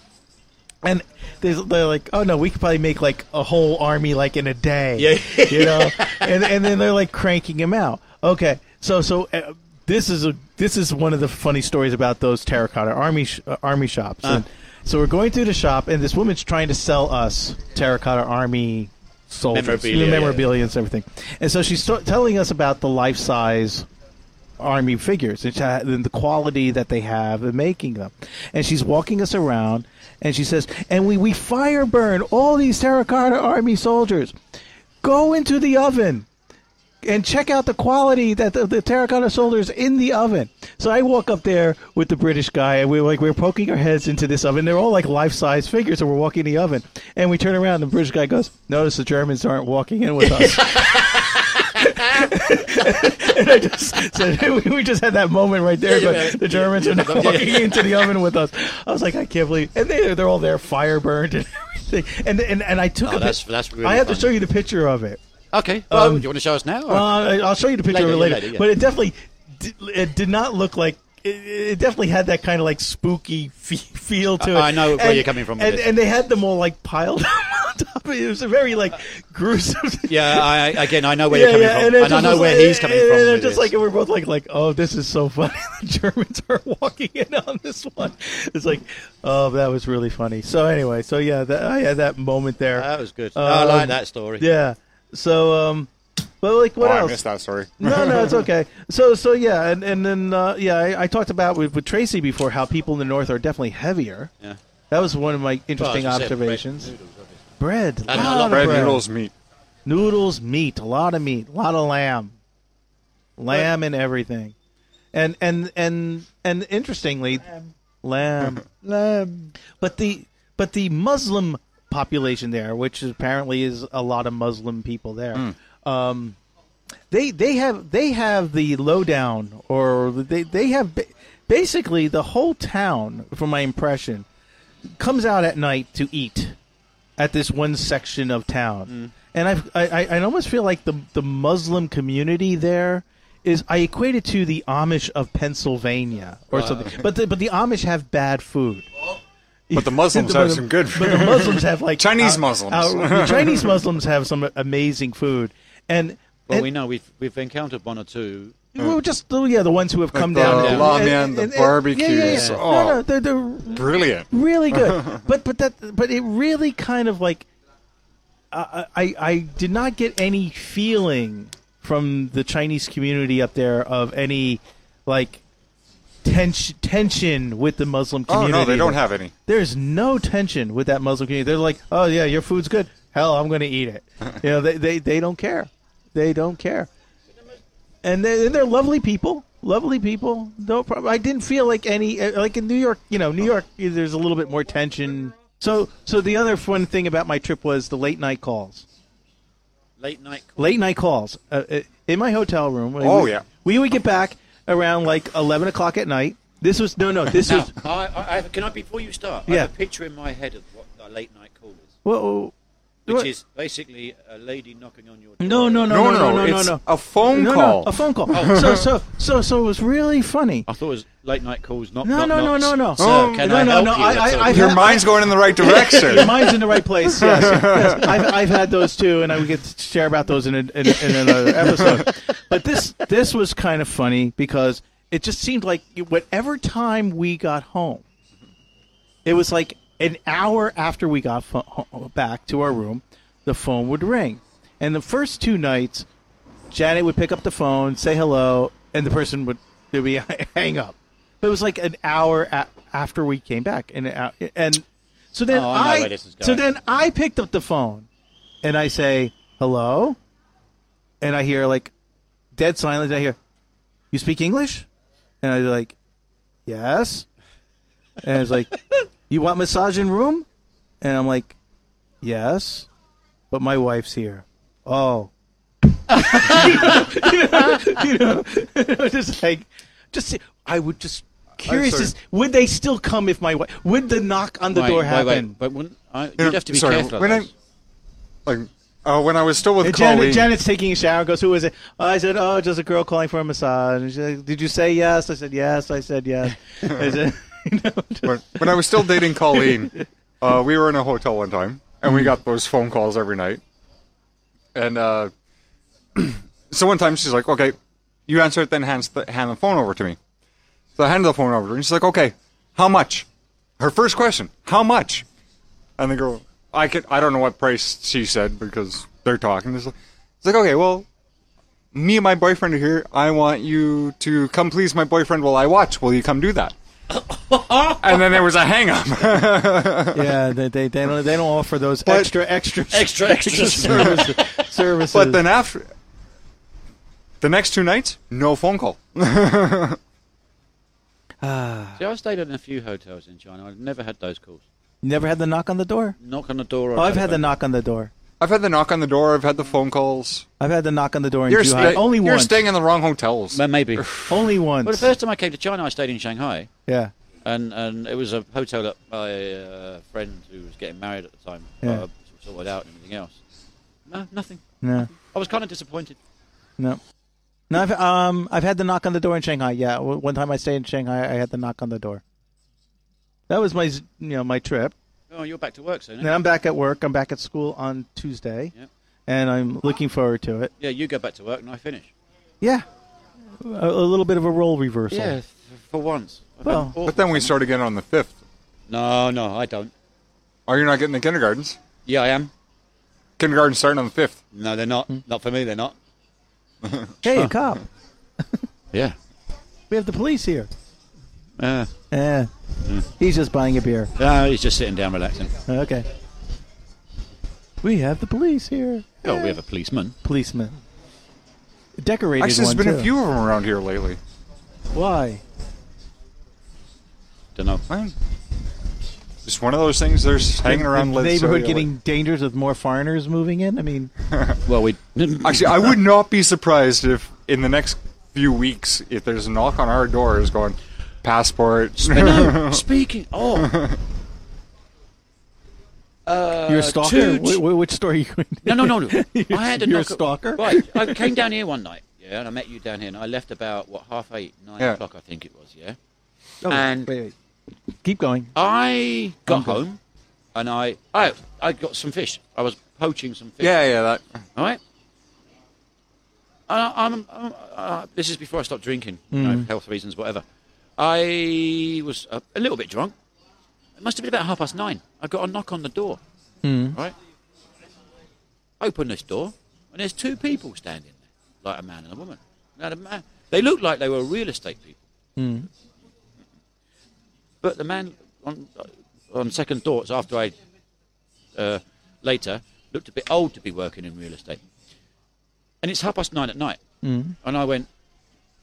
Speaker 3: And there's, they're like, oh no, we could probably make like a whole army like in a day.
Speaker 2: Yeah.
Speaker 3: you know. and and then they're like cranking him out. Okay, so so uh, this is a this is one of the funny stories about those terracotta army sh- uh, army shops. And so we're going through the shop, and this woman's trying to sell us terracotta army soldiers,
Speaker 2: Memorabilia, yeah.
Speaker 3: memorabilia and everything. And so she's t- telling us about the life size army figures and, she- and the quality that they have in making them. And she's walking us around and she says, And we, we fire burn all these terracotta army soldiers. Go into the oven and check out the quality that the, the terracotta soldiers in the oven. So I walk up there with the British guy, and we're like we're poking our heads into this oven. They're all like life size figures, and we're walking the oven. And we turn around, and the British guy goes, "Notice the Germans aren't walking in with us." and I just said, we just had that moment right there,
Speaker 2: Yeah, yeah.
Speaker 3: but the Germans are not walking into the oven with us. I was like, I can't believe, and they they're all there, fire burned and everything. And and and I took
Speaker 2: Oh,
Speaker 3: a
Speaker 2: that's-
Speaker 3: pic-
Speaker 2: that's really
Speaker 3: I have to
Speaker 2: funny.
Speaker 3: show you the picture of it.
Speaker 2: Okay. Well,
Speaker 3: Um,
Speaker 2: do you want to show us now? or-
Speaker 3: Uh, I'll show you the picture
Speaker 2: Later,
Speaker 3: of it later.
Speaker 2: later, yeah.
Speaker 3: But it definitely did, it did not look like. It, it definitely had that kind of like spooky fe- feel to it.
Speaker 2: I- I know where you're coming from with
Speaker 3: And,
Speaker 2: this.
Speaker 3: and they had them all like piled on top of it. It was a very like gruesome.
Speaker 2: yeah. I, again, I know where
Speaker 3: Yeah,
Speaker 2: you're coming
Speaker 3: yeah,
Speaker 2: from,
Speaker 3: it
Speaker 2: and, I
Speaker 3: just
Speaker 2: know
Speaker 3: was
Speaker 2: where
Speaker 3: like-
Speaker 2: he's coming
Speaker 3: and
Speaker 2: from.
Speaker 3: it
Speaker 2: with
Speaker 3: just
Speaker 2: this.
Speaker 3: like we're both like, like, oh, this is so funny. the Germans are walking in on this one. It's like, oh, that was really funny. So anyway, so yeah, that, I had that moment there.
Speaker 2: that was good. I
Speaker 3: Um,
Speaker 2: like that story.
Speaker 3: Yeah. So, um, but like, what
Speaker 4: oh, I
Speaker 3: else?
Speaker 4: missed that story.
Speaker 3: no, no, it's okay. So, so yeah, and and then uh, yeah, I, I talked about with, with Tracy before how people in the north are definitely heavier.
Speaker 2: Yeah.
Speaker 3: That was one of my
Speaker 2: Well,
Speaker 3: interesting
Speaker 2: as you said,
Speaker 3: observations.
Speaker 2: bread, noodles, obviously.
Speaker 3: Bread,
Speaker 2: And a
Speaker 3: lot
Speaker 2: lot
Speaker 3: of
Speaker 2: of
Speaker 4: Bread,
Speaker 3: bread.
Speaker 4: noodles, meat.
Speaker 3: noodles, meat, a lot of meat, a lot of lamb, lamb and everything, and and and and interestingly, lamb.
Speaker 4: Lamb.
Speaker 3: But the but the Muslim population there, which apparently is a lot of Muslim people there,
Speaker 2: Hmm.
Speaker 3: um, they they have they have the lowdown, or they they have ba- basically the whole town, from my impression, comes out at night to eat at this one section of town,
Speaker 4: Mm.
Speaker 3: and I've, I I I almost feel like the the Muslim community there. Is I equate it to the Amish of Pennsylvania or something, but the, but the Amish have bad food.
Speaker 4: But the Muslims have some good
Speaker 3: But the
Speaker 4: food.
Speaker 3: Muslims have like
Speaker 4: Chinese
Speaker 3: out-
Speaker 4: Muslims.
Speaker 3: out- the Chinese Muslims have some amazing food, and,
Speaker 2: Well,
Speaker 3: and-
Speaker 2: we know we've we've encountered one or two.
Speaker 3: well, just the- yeah, the ones who have come
Speaker 4: the
Speaker 3: down.
Speaker 4: ramen,
Speaker 3: and-
Speaker 4: the
Speaker 3: and- and-
Speaker 4: barbecues.
Speaker 3: Yeah, yeah, yeah. No, no,
Speaker 4: Oh.
Speaker 3: they're, they're
Speaker 4: Brilliant.
Speaker 3: really good. but but that but it really kind of like I, I I did not get any feeling from the Chinese community up there of any like tension tension with the Muslim
Speaker 4: Oh,
Speaker 3: community.
Speaker 4: no, they don't have any.
Speaker 3: there's no tension with that Muslim community. They're like, oh yeah, your food's good. Hell, I'm going to eat it. you know, they, they they don't care. They don't care. And they and they're lovely people. Lovely people. No problem. I didn't feel like any uh, like in New York. You know, New York. eh, There's a little bit more tension. So so the other fun thing about my trip was the late night calls.
Speaker 2: Late night.
Speaker 3: Late night calls uh, eh, in my hotel room. we
Speaker 4: Oh,
Speaker 3: would-
Speaker 4: yeah.
Speaker 3: We would get back around like eleven o'clock at night. This was no no. This
Speaker 2: Now,
Speaker 3: was
Speaker 2: I, I, I, can I before you start? I
Speaker 3: Yeah.
Speaker 2: have a picture in my head of what a late night call is,
Speaker 3: well.
Speaker 2: which
Speaker 3: What?
Speaker 2: is basically a lady knocking on your door.
Speaker 3: No, no, no,
Speaker 4: No,
Speaker 3: no, no,
Speaker 4: no,
Speaker 3: no, no,
Speaker 4: it's
Speaker 3: no.
Speaker 4: a phone
Speaker 3: No, no,
Speaker 4: call. Oh.
Speaker 3: a phone call. So, so, so, so it was really funny.
Speaker 2: I thought it was late night calls. Not
Speaker 3: No,
Speaker 2: knock,
Speaker 3: no, no,
Speaker 2: knocks.
Speaker 3: no, no.
Speaker 2: Sir,
Speaker 3: Oh,
Speaker 2: can
Speaker 3: no,
Speaker 2: I
Speaker 3: no,
Speaker 2: help
Speaker 3: no,
Speaker 2: you?
Speaker 3: I-
Speaker 2: That's
Speaker 3: I-
Speaker 2: all.
Speaker 3: I-
Speaker 4: Your mind's going in the right direction.
Speaker 3: Your mind's in the right place. Yes, yes. I've, I've had those too, and I would get to share about those in, a, in, a- in another episode. But this this was kind of funny because it just seemed like whatever time we got home, it was like an hour after we got pho- ho- back to our room, the phone would ring, and the first two nights, Janet would pick up the phone, say hello, and the person would there'd be a hang up. But it was like an hour a- after we came back, and a- and so then
Speaker 2: Oh, I know
Speaker 3: I,
Speaker 2: where this is
Speaker 3: so
Speaker 2: going.
Speaker 3: then I picked up the phone, and I say hello, and I hear like dead silence. I hear, "You speak English?" And I was like, "Yes." And it's like, "You want massage in room?" And I'm like, "Yes." but my wife's here. Oh. you know, you know, just like, just I would just curious
Speaker 4: sorry.
Speaker 3: is would they still come if my wife would the knock on the door
Speaker 2: wait, wait,
Speaker 3: happen?
Speaker 2: wait, But wouldn't I, you'd have to be
Speaker 4: Sorry,
Speaker 2: careful. of
Speaker 4: when I-
Speaker 2: those.
Speaker 4: Like, uh, when I was still with
Speaker 3: And
Speaker 4: Colleen,
Speaker 3: Janet, Janet's taking a shower. Goes, who is it? Oh, I said, oh, just a girl calling for a massage. And she's like, Did you say yes? I said yes. I said yes. I said, you know, just-
Speaker 4: when, when I was still dating Colleen, uh, we were in a hotel one time, and we got those phone calls every night. And uh, so one time she's like, "Okay, you answer it, then hands the, hand the phone over to me." So I handed the phone over to her, and she's like, "Okay, how much?" Her first question, "How much?" And the girl, I could, I don't know what price she said because they're talking. It's like, it's like, okay, well, me and my boyfriend are here. I want you to come please my boyfriend while I watch. Will you come do that? and then there was a hang up.
Speaker 3: yeah, they, they, they don't they don't offer those
Speaker 4: But-
Speaker 3: extra extra
Speaker 2: Extra, extra.
Speaker 3: services. services.
Speaker 4: But then after the next two nights, no phone call.
Speaker 2: See, I stayed in a few hotels in China. I've never had those calls.
Speaker 3: never had the knock on the door.
Speaker 2: Knock on the door. Or
Speaker 3: Oh, I've had the
Speaker 2: telephone.
Speaker 3: knock on the door.
Speaker 4: I've had the knock on the door. I've had the phone calls.
Speaker 3: I've had the knock on the door in
Speaker 4: You're,
Speaker 3: Zhuhai.
Speaker 4: sta-
Speaker 3: only
Speaker 4: you're
Speaker 3: once.
Speaker 4: staying in the wrong hotels.
Speaker 2: Well, maybe.
Speaker 3: only once.
Speaker 2: Well, the first time I came to China, I stayed in Shanghai,
Speaker 3: yeah.
Speaker 2: and, and it was a hotel that my uh, friend who was getting married at the time
Speaker 3: Yeah.
Speaker 2: uh, sorted out and everything else. No, nothing.
Speaker 3: No.
Speaker 2: I was kind of disappointed.
Speaker 3: No. No, I've um I've had the knock on the door in Shanghai. Yeah, w- one time I stayed in Shanghai, I had the knock on the door. That was my z- you know my trip.
Speaker 2: Oh, you're back to work soon. eh?
Speaker 3: Then I'm back at work. I'm back at school on Tuesday,
Speaker 2: Yep.
Speaker 3: and I'm looking forward to it.
Speaker 2: Yeah, you go back to work and I finish.
Speaker 3: Yeah, a, a little bit of a role reversal.
Speaker 2: Yeah, f- for once. I've
Speaker 3: Well-
Speaker 2: been awful.
Speaker 4: But then we start again on the fifth.
Speaker 2: No, no, I don't.
Speaker 4: Oh, you're not getting the kindergartens.
Speaker 2: Yeah, I am.
Speaker 4: Kindergarten starting on the fifth.
Speaker 2: No, they're not. Not for me, they're not.
Speaker 3: Hey, a cop.
Speaker 2: Yeah.
Speaker 3: We have the police here.
Speaker 2: Uh,
Speaker 3: Eh.
Speaker 4: Hmm.
Speaker 3: He's just buying a beer.
Speaker 2: no, he's just sitting down relaxing.
Speaker 3: Okay. We have the police here.
Speaker 2: Oh, we have a policeman.
Speaker 3: policeman. Decorated
Speaker 4: Actually, there's
Speaker 3: one
Speaker 4: been
Speaker 3: too.
Speaker 4: a few of them around here lately.
Speaker 3: Why?
Speaker 2: Don't know.
Speaker 4: Fine. Just one of those things. There's hanging around.
Speaker 3: the
Speaker 4: Led
Speaker 3: neighborhood
Speaker 4: Zeppelin.
Speaker 3: getting dangerous with more foreigners moving in. I mean,
Speaker 2: Well, we.
Speaker 4: Actually, I would not be surprised if in the next few weeks, if there's a knock on our doors going, passport.
Speaker 2: No, speaking. Oh. Uh,
Speaker 3: you're a
Speaker 2: two-
Speaker 3: stalker. Wh- wh- which story? You
Speaker 2: No, no, no, no. I had a
Speaker 3: You're a
Speaker 2: knock-
Speaker 3: stalker?
Speaker 2: Right, I came down here one night, yeah, and I met you down here, and I left about what half eight, nine
Speaker 4: Yeah.
Speaker 2: o'clock, I think it was, yeah.
Speaker 3: Oh,
Speaker 2: And-
Speaker 3: wait, wait. keep going.
Speaker 2: I got home, and I, I, I got some fish. I was poaching some fish.
Speaker 4: yeah, yeah, that.
Speaker 2: All right. Uh, I'm, I'm, uh, this is before I stopped drinking, you know, health reasons, whatever. I was a, a little bit drunk. It must have been about half past nine. I got a knock on the door. Right. Open this door, and there's two people standing there, like a man and a woman. Now the man, they looked like they were real estate people. But the man, on, on second thoughts, after I uh, later, looked a bit old to be working in real estate. And it's half past nine at night. Mm. And I went,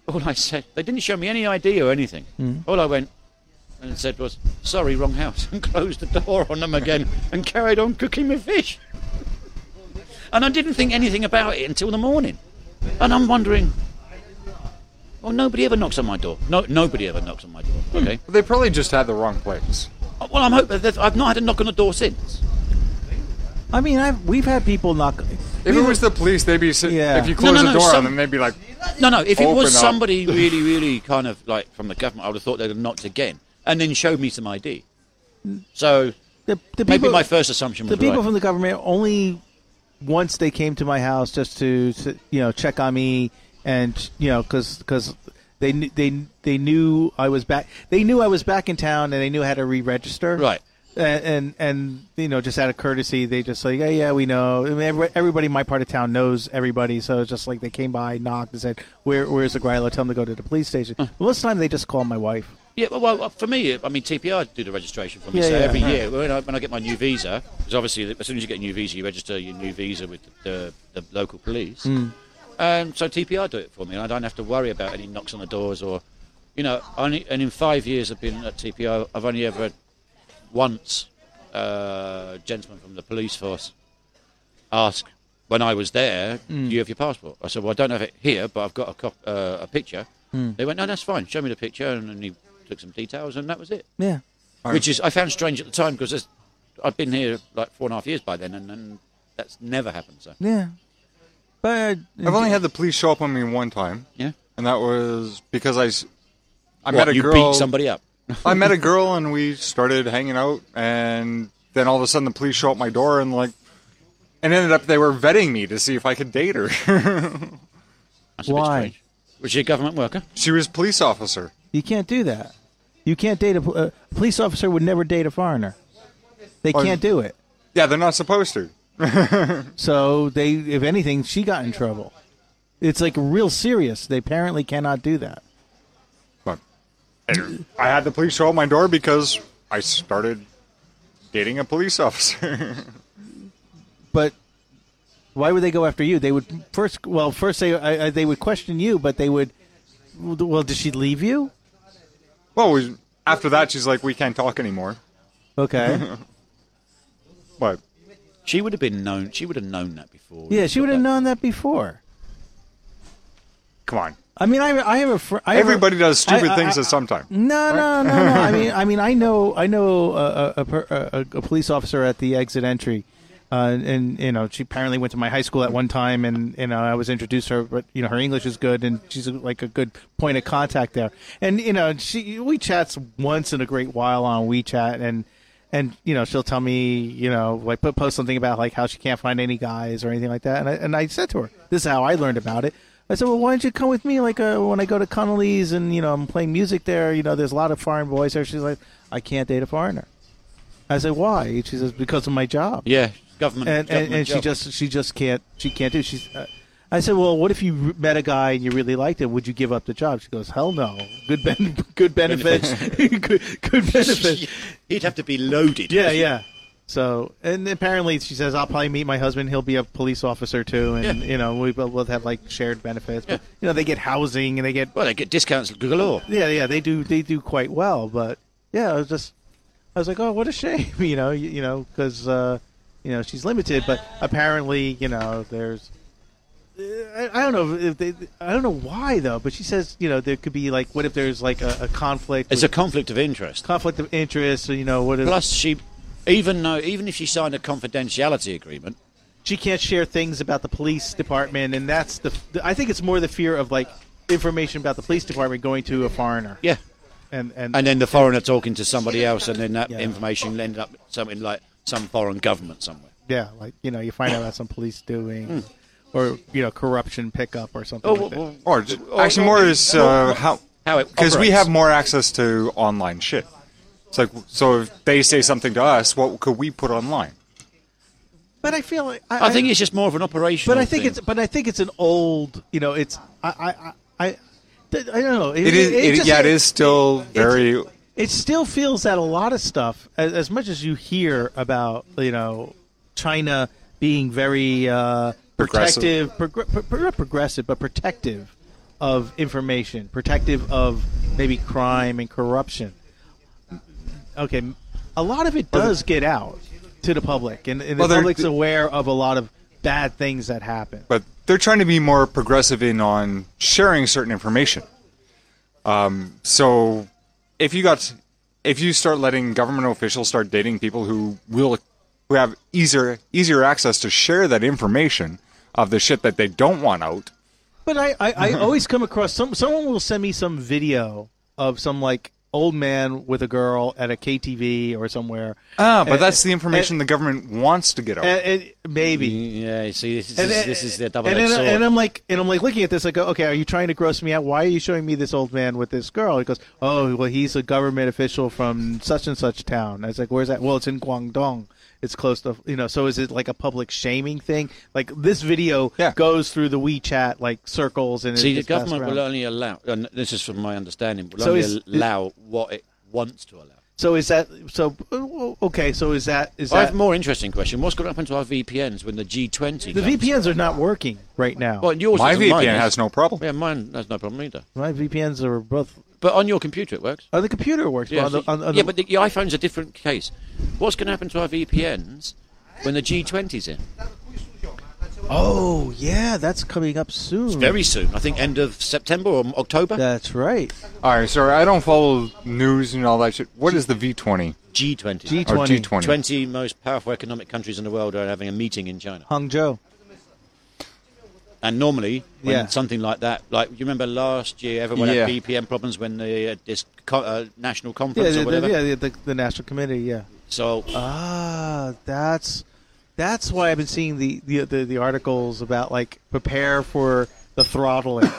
Speaker 2: all I said, they didn't show me any ID or anything. All I went and said was, sorry, wrong house, and closed the door on them again and carried on cooking my fish. And I didn't think anything about it until the morning. And I'm wondering, well, nobody ever knocks on my door. No, nobody ever knocks on my door. Okay.
Speaker 4: They probably just had the wrong place.
Speaker 2: Well, I'm hoping that I've not had a knock on the door since.
Speaker 3: I mean, I've, we've had people knock.
Speaker 4: If it was the police, they'd be. si-
Speaker 3: Yeah.
Speaker 4: If you close
Speaker 2: No, no,
Speaker 4: the
Speaker 2: no,
Speaker 4: door
Speaker 2: some-
Speaker 4: on them, they'd be like,
Speaker 2: No, no. If it
Speaker 4: Open up.
Speaker 2: was somebody really, really kind of like from the government, I would have thought they'd have knocked again and then showed me some ID. So
Speaker 3: The, the
Speaker 2: maybe
Speaker 3: people,
Speaker 2: my first assumption
Speaker 3: the
Speaker 2: was
Speaker 3: people
Speaker 2: right.
Speaker 3: from the government only once they came to my house just to to, you know check on me and you know because they kn- they they knew I was back they knew I was back in town and they knew how to re-register
Speaker 2: Right.
Speaker 3: and and, and you know just out of courtesy they just like yeah yeah we know I mean, every- everybody in my part of town knows everybody so it's just like they came by knocked and said where where's the Gryla tell them to go to the police station most of the time they just call my wife
Speaker 2: yeah, well, well, for me, I mean, TPR do the registration for me.
Speaker 3: Yeah,
Speaker 2: so
Speaker 3: yeah,
Speaker 2: every
Speaker 3: yeah.
Speaker 2: year, when I, when I get my new visa, because obviously, as soon as you get a new visa, you register your new visa with the, the, the local police.
Speaker 3: Hmm.
Speaker 2: Um, so TPR do it for me, and I don't have to worry about any knocks on the doors or, you know, only, and in five years I've been at TPR, I've only ever had once uh, a gentleman from the police force ask when I was there,
Speaker 3: Hmm.
Speaker 2: do you have your passport? I said, well, I don't have it here, but I've got a, cop- uh, a picture.
Speaker 3: Hmm.
Speaker 2: They went, no, that's fine. Show me the picture, and, then he took some details, and that was it.
Speaker 3: yeah
Speaker 2: Which is I found strange at the time because I've been here like four and a half years by then, and, and that's never happened. So
Speaker 3: yeah but uh,
Speaker 4: I've only had the police show up on me one time,
Speaker 2: yeah,
Speaker 4: and that was because I. s- I
Speaker 2: What,
Speaker 4: met a
Speaker 2: you
Speaker 4: girl.
Speaker 2: beat somebody up.
Speaker 4: I met a girl and we started hanging out, and then all of a sudden the police show up my door and like, and ended up they were vetting me to see if I could date her.
Speaker 2: That's a
Speaker 3: Why?
Speaker 2: bit strange. Was she a government worker?
Speaker 4: she was a police officer.
Speaker 3: You can't do that. You can't date a pol- uh, police officer would never date a foreigner. They
Speaker 4: Or-
Speaker 3: can't do it.
Speaker 4: Yeah, they're not supposed to.
Speaker 3: So they, if anything, she got in trouble. It's like real serious. They apparently cannot do that.
Speaker 4: But and I had the police show up my door because I started dating a police officer.
Speaker 3: But why would they go after you? They would first, well, first they I, I, they would question you, but they would. Well, did she leave you?
Speaker 4: well, we, after that she's like, we can't talk anymore.
Speaker 3: Okay.
Speaker 4: But
Speaker 2: She would have been known. She would have known that before.
Speaker 3: yeah, she would have known that before.
Speaker 4: come on,
Speaker 3: I mean, I, I have a fr- I have a-
Speaker 4: everybody does stupid
Speaker 3: I- I-
Speaker 4: things
Speaker 3: I-
Speaker 4: at some time.
Speaker 3: No, no, no, no. I mean, I mean, I know, I know a, a, a, per- a, a police officer at the exit entry, uh, and you know, she apparently went to my high school at one time, and you know, I was introduced to her, but you know, her English is good, and she's like a good point of contact there, and you know, she we chats once in a great while on WeChat, and and you know, she'll tell me, you know, like put post something about like how she can't find any guys or anything like that, and I, and I said to her, this is how I learned about it. I said, well, why don't you come with me? Like uh, when I go to Connolly's and you know I'm playing music there, you know there's a lot of foreign boys there. She's like, I can't date a foreigner. I said, why? She says, because of my job.
Speaker 2: Yeah, government.
Speaker 3: And and,
Speaker 2: government
Speaker 3: and she
Speaker 2: job.
Speaker 3: just she just can't she can't do. She's. Uh, I said, well, what if you re- met a guy and you really liked him? Would you give up the job? She goes, hell no. Good ben- good benefits. good, good benefits.
Speaker 2: He'd have to be loaded.
Speaker 3: Yeah, yeah. So, and apparently she says, I'll probably meet my husband. He'll be a police officer too. And,
Speaker 2: Yeah.
Speaker 3: you know, we both will have like shared benefits. But, you know, they get housing and they get,
Speaker 2: Well, they get discounts galore.
Speaker 3: yeah, yeah, they do, they do quite well. But yeah, I was just, I was like, oh, what a shame, you know, you, you know, because uh, you know she's limited, but apparently, you know, there's, I, I don't know if they, I don't know why though, but she says, you know, there could be like, what if there's like a, a conflict,
Speaker 2: It's a
Speaker 3: with-
Speaker 2: conflict of interest.
Speaker 3: conflict of interest, or, you know, what if
Speaker 2: Plus, she, even though, even if she signed a confidentiality agreement,
Speaker 3: she can't share things about the police department, and that's the, I think it's more the fear of like information about the police department going to a foreigner,
Speaker 2: yeah,
Speaker 3: and and,
Speaker 2: and then the foreigner talking to somebody else, and then that
Speaker 3: Yeah.
Speaker 2: information ended up something like some foreign government somewhere.
Speaker 3: Yeah, like you know, you find out about some police doing,
Speaker 2: Hmm.
Speaker 3: or you know, corruption pickup or
Speaker 2: Oh,
Speaker 3: something. like that.
Speaker 4: Or just, actually, more is uh, how
Speaker 2: how it
Speaker 4: because we
Speaker 2: operates.
Speaker 4: have more access to online shit. It's like so if they say something to us, what could we put online?
Speaker 3: But I feel like I,
Speaker 2: I think it's just more of an operation.
Speaker 3: but I think it's but I think it's an old. You know, it's I I I, I, th- I don't know.
Speaker 4: It is, it,
Speaker 3: just-
Speaker 4: yeah, it is still very.
Speaker 3: It still feels that a lot of stuff, as, as much as you hear about you know China being very uh,
Speaker 4: Progressive.
Speaker 3: protective, progr- pro- pro- not progressive, but protective of information, protective of maybe crime and corruption. Okay, a lot of it does get out to the public, and, and the
Speaker 4: Well, they're-
Speaker 3: public's aware of a lot of bad things that happen.
Speaker 4: but they're trying to be more progressive in on sharing certain information. Um, so if you got if you start letting government officials start dating people who will who have easier easier access to share that information of the shit that they don't want out,
Speaker 3: But I, I, I always come across some someone will send me some video of some like old man with a girl at a KTV or somewhere.
Speaker 4: ah, but
Speaker 3: Eh,
Speaker 4: that's the information the government wants to get out.
Speaker 3: And, and- maybe.
Speaker 2: Yeah, you see, this is,
Speaker 3: And,
Speaker 2: this is the double
Speaker 3: and,
Speaker 2: edged
Speaker 3: then-
Speaker 2: sword.
Speaker 3: and I'm like, and I'm like looking at this. I go, okay, are you trying to gross me out? Why are you showing me this old man with this girl? He goes, oh, well, he's a government official from such and such town. I was like, where's that? Well, it's in Guangdong. It's close to, you know. So is it like a public shaming thing? Like this video
Speaker 4: Yeah.
Speaker 3: goes through the WeChat like circles and it
Speaker 2: see, the
Speaker 3: gets passed
Speaker 2: government
Speaker 3: around.
Speaker 2: will only allow, and this is from my understanding, will
Speaker 3: So
Speaker 2: only
Speaker 3: is-
Speaker 2: allow what it wants to allow.
Speaker 3: So is that so? uh, Okay, so is that is
Speaker 2: I
Speaker 3: that
Speaker 2: have a more interesting question. What's going to happen to our VPNs when the G20?
Speaker 3: the
Speaker 2: comes?
Speaker 3: VPNs are not working right now?
Speaker 2: Well, yours
Speaker 4: My
Speaker 2: isn't,
Speaker 4: VPN
Speaker 2: mine is.
Speaker 4: has no problem.
Speaker 2: Yeah, mine has no problem either.
Speaker 3: My VPNs are both.
Speaker 2: But on your computer, it works.
Speaker 3: Oh, the computer works.
Speaker 2: Yeah,
Speaker 3: but on the, on, on
Speaker 2: yeah
Speaker 3: the,
Speaker 2: but the, the iPhone's a different case. What's going to happen to our VPNs when the G20's in?
Speaker 3: oh yeah, that's coming up soon.
Speaker 2: Hmm. Very soon. I think end of September or October.
Speaker 3: that's right.
Speaker 4: All right, sorry, I don't follow news and all that shit. What is the V20
Speaker 2: G20.
Speaker 3: G20.
Speaker 4: or G20?
Speaker 2: 20 most powerful economic countries in the world are having a meeting in China.
Speaker 3: Hangzhou.
Speaker 2: And normally, when
Speaker 3: Yeah.
Speaker 2: something like that, like you remember last year, everyone
Speaker 4: Yeah.
Speaker 2: had VPN problems when the uh, this co- uh, national
Speaker 3: Yeah,
Speaker 2: conference
Speaker 3: the,
Speaker 2: or whatever.
Speaker 3: the, yeah, the, the national committee. Yeah.
Speaker 2: So uh,
Speaker 3: Ah, that's that's why I've been seeing the the the, the articles about like prepare for the throttling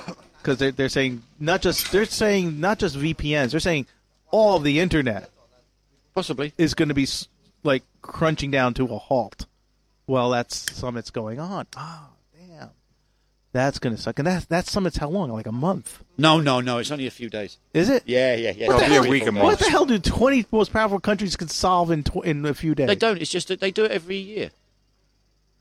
Speaker 3: because they're they're saying not just they're saying not just VPNs they're saying all of the internet.
Speaker 2: possibly,
Speaker 3: is going to be s- like crunching down to a halt while that summit's going on. Oh, damn. That's going to suck. And that, that summit's how long? Like a month.
Speaker 2: no, no, no. It's only a few days.
Speaker 3: Is it?
Speaker 2: Yeah, yeah, yeah.
Speaker 4: What the
Speaker 2: Three,
Speaker 4: hell?
Speaker 2: four
Speaker 4: Week a
Speaker 2: days.
Speaker 4: month.
Speaker 3: What the hell do 20 most powerful countries can solve in, tw- in a few days?
Speaker 2: They don't. It's just that they do it every year.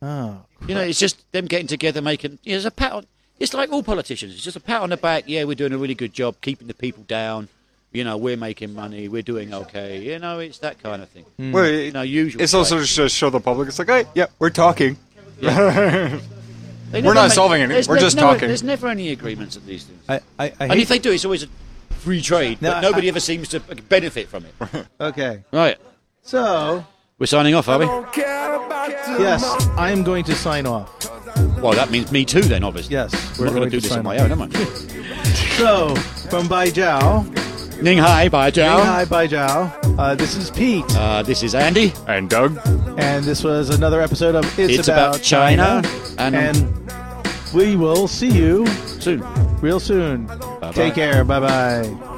Speaker 3: Oh.
Speaker 2: You know, it's just them getting together, making. You know, it's a pat on. It's like all politicians. It's just a pat on the back. Yeah, we're doing a really good job keeping the people down. You know, we're making money. We're doing okay. You know, it's that kind of thing.
Speaker 4: Well,
Speaker 2: You know, usual.
Speaker 4: Hmm. It's also just to show the public. It's like, hey, yeah, we're talking.
Speaker 2: They
Speaker 4: we're
Speaker 2: never
Speaker 4: not solving it.
Speaker 2: there's-
Speaker 4: We're
Speaker 2: there's
Speaker 4: just
Speaker 2: never-
Speaker 4: talking.
Speaker 2: There's never any agreements at these things.
Speaker 3: I, I, I
Speaker 2: And if
Speaker 3: hate,
Speaker 2: they do, it's always a free trade,
Speaker 3: No,
Speaker 2: but nobody ever seems to benefit from it.
Speaker 3: okay.
Speaker 2: right.
Speaker 3: So,
Speaker 2: We're signing off, are we?
Speaker 3: yes, I am going to sign off.
Speaker 2: Well, that means me too, then, obviously.
Speaker 3: Yes,
Speaker 2: I'm
Speaker 3: we're
Speaker 2: not going
Speaker 3: going
Speaker 2: to do
Speaker 3: to
Speaker 2: this
Speaker 3: sign
Speaker 2: on my
Speaker 3: off.
Speaker 2: own, am I?
Speaker 3: So, from Bai Jiao,
Speaker 2: Ning Hai, bye, Joe.
Speaker 3: hi Bai Jiao, uh, this is Pete,
Speaker 2: Uh, this is Andy.
Speaker 4: And Doug,
Speaker 3: and this was another episode of It's,
Speaker 2: It's About China, and-
Speaker 3: and we will see you
Speaker 2: Soon.
Speaker 3: real soon. Take care. Bye bye.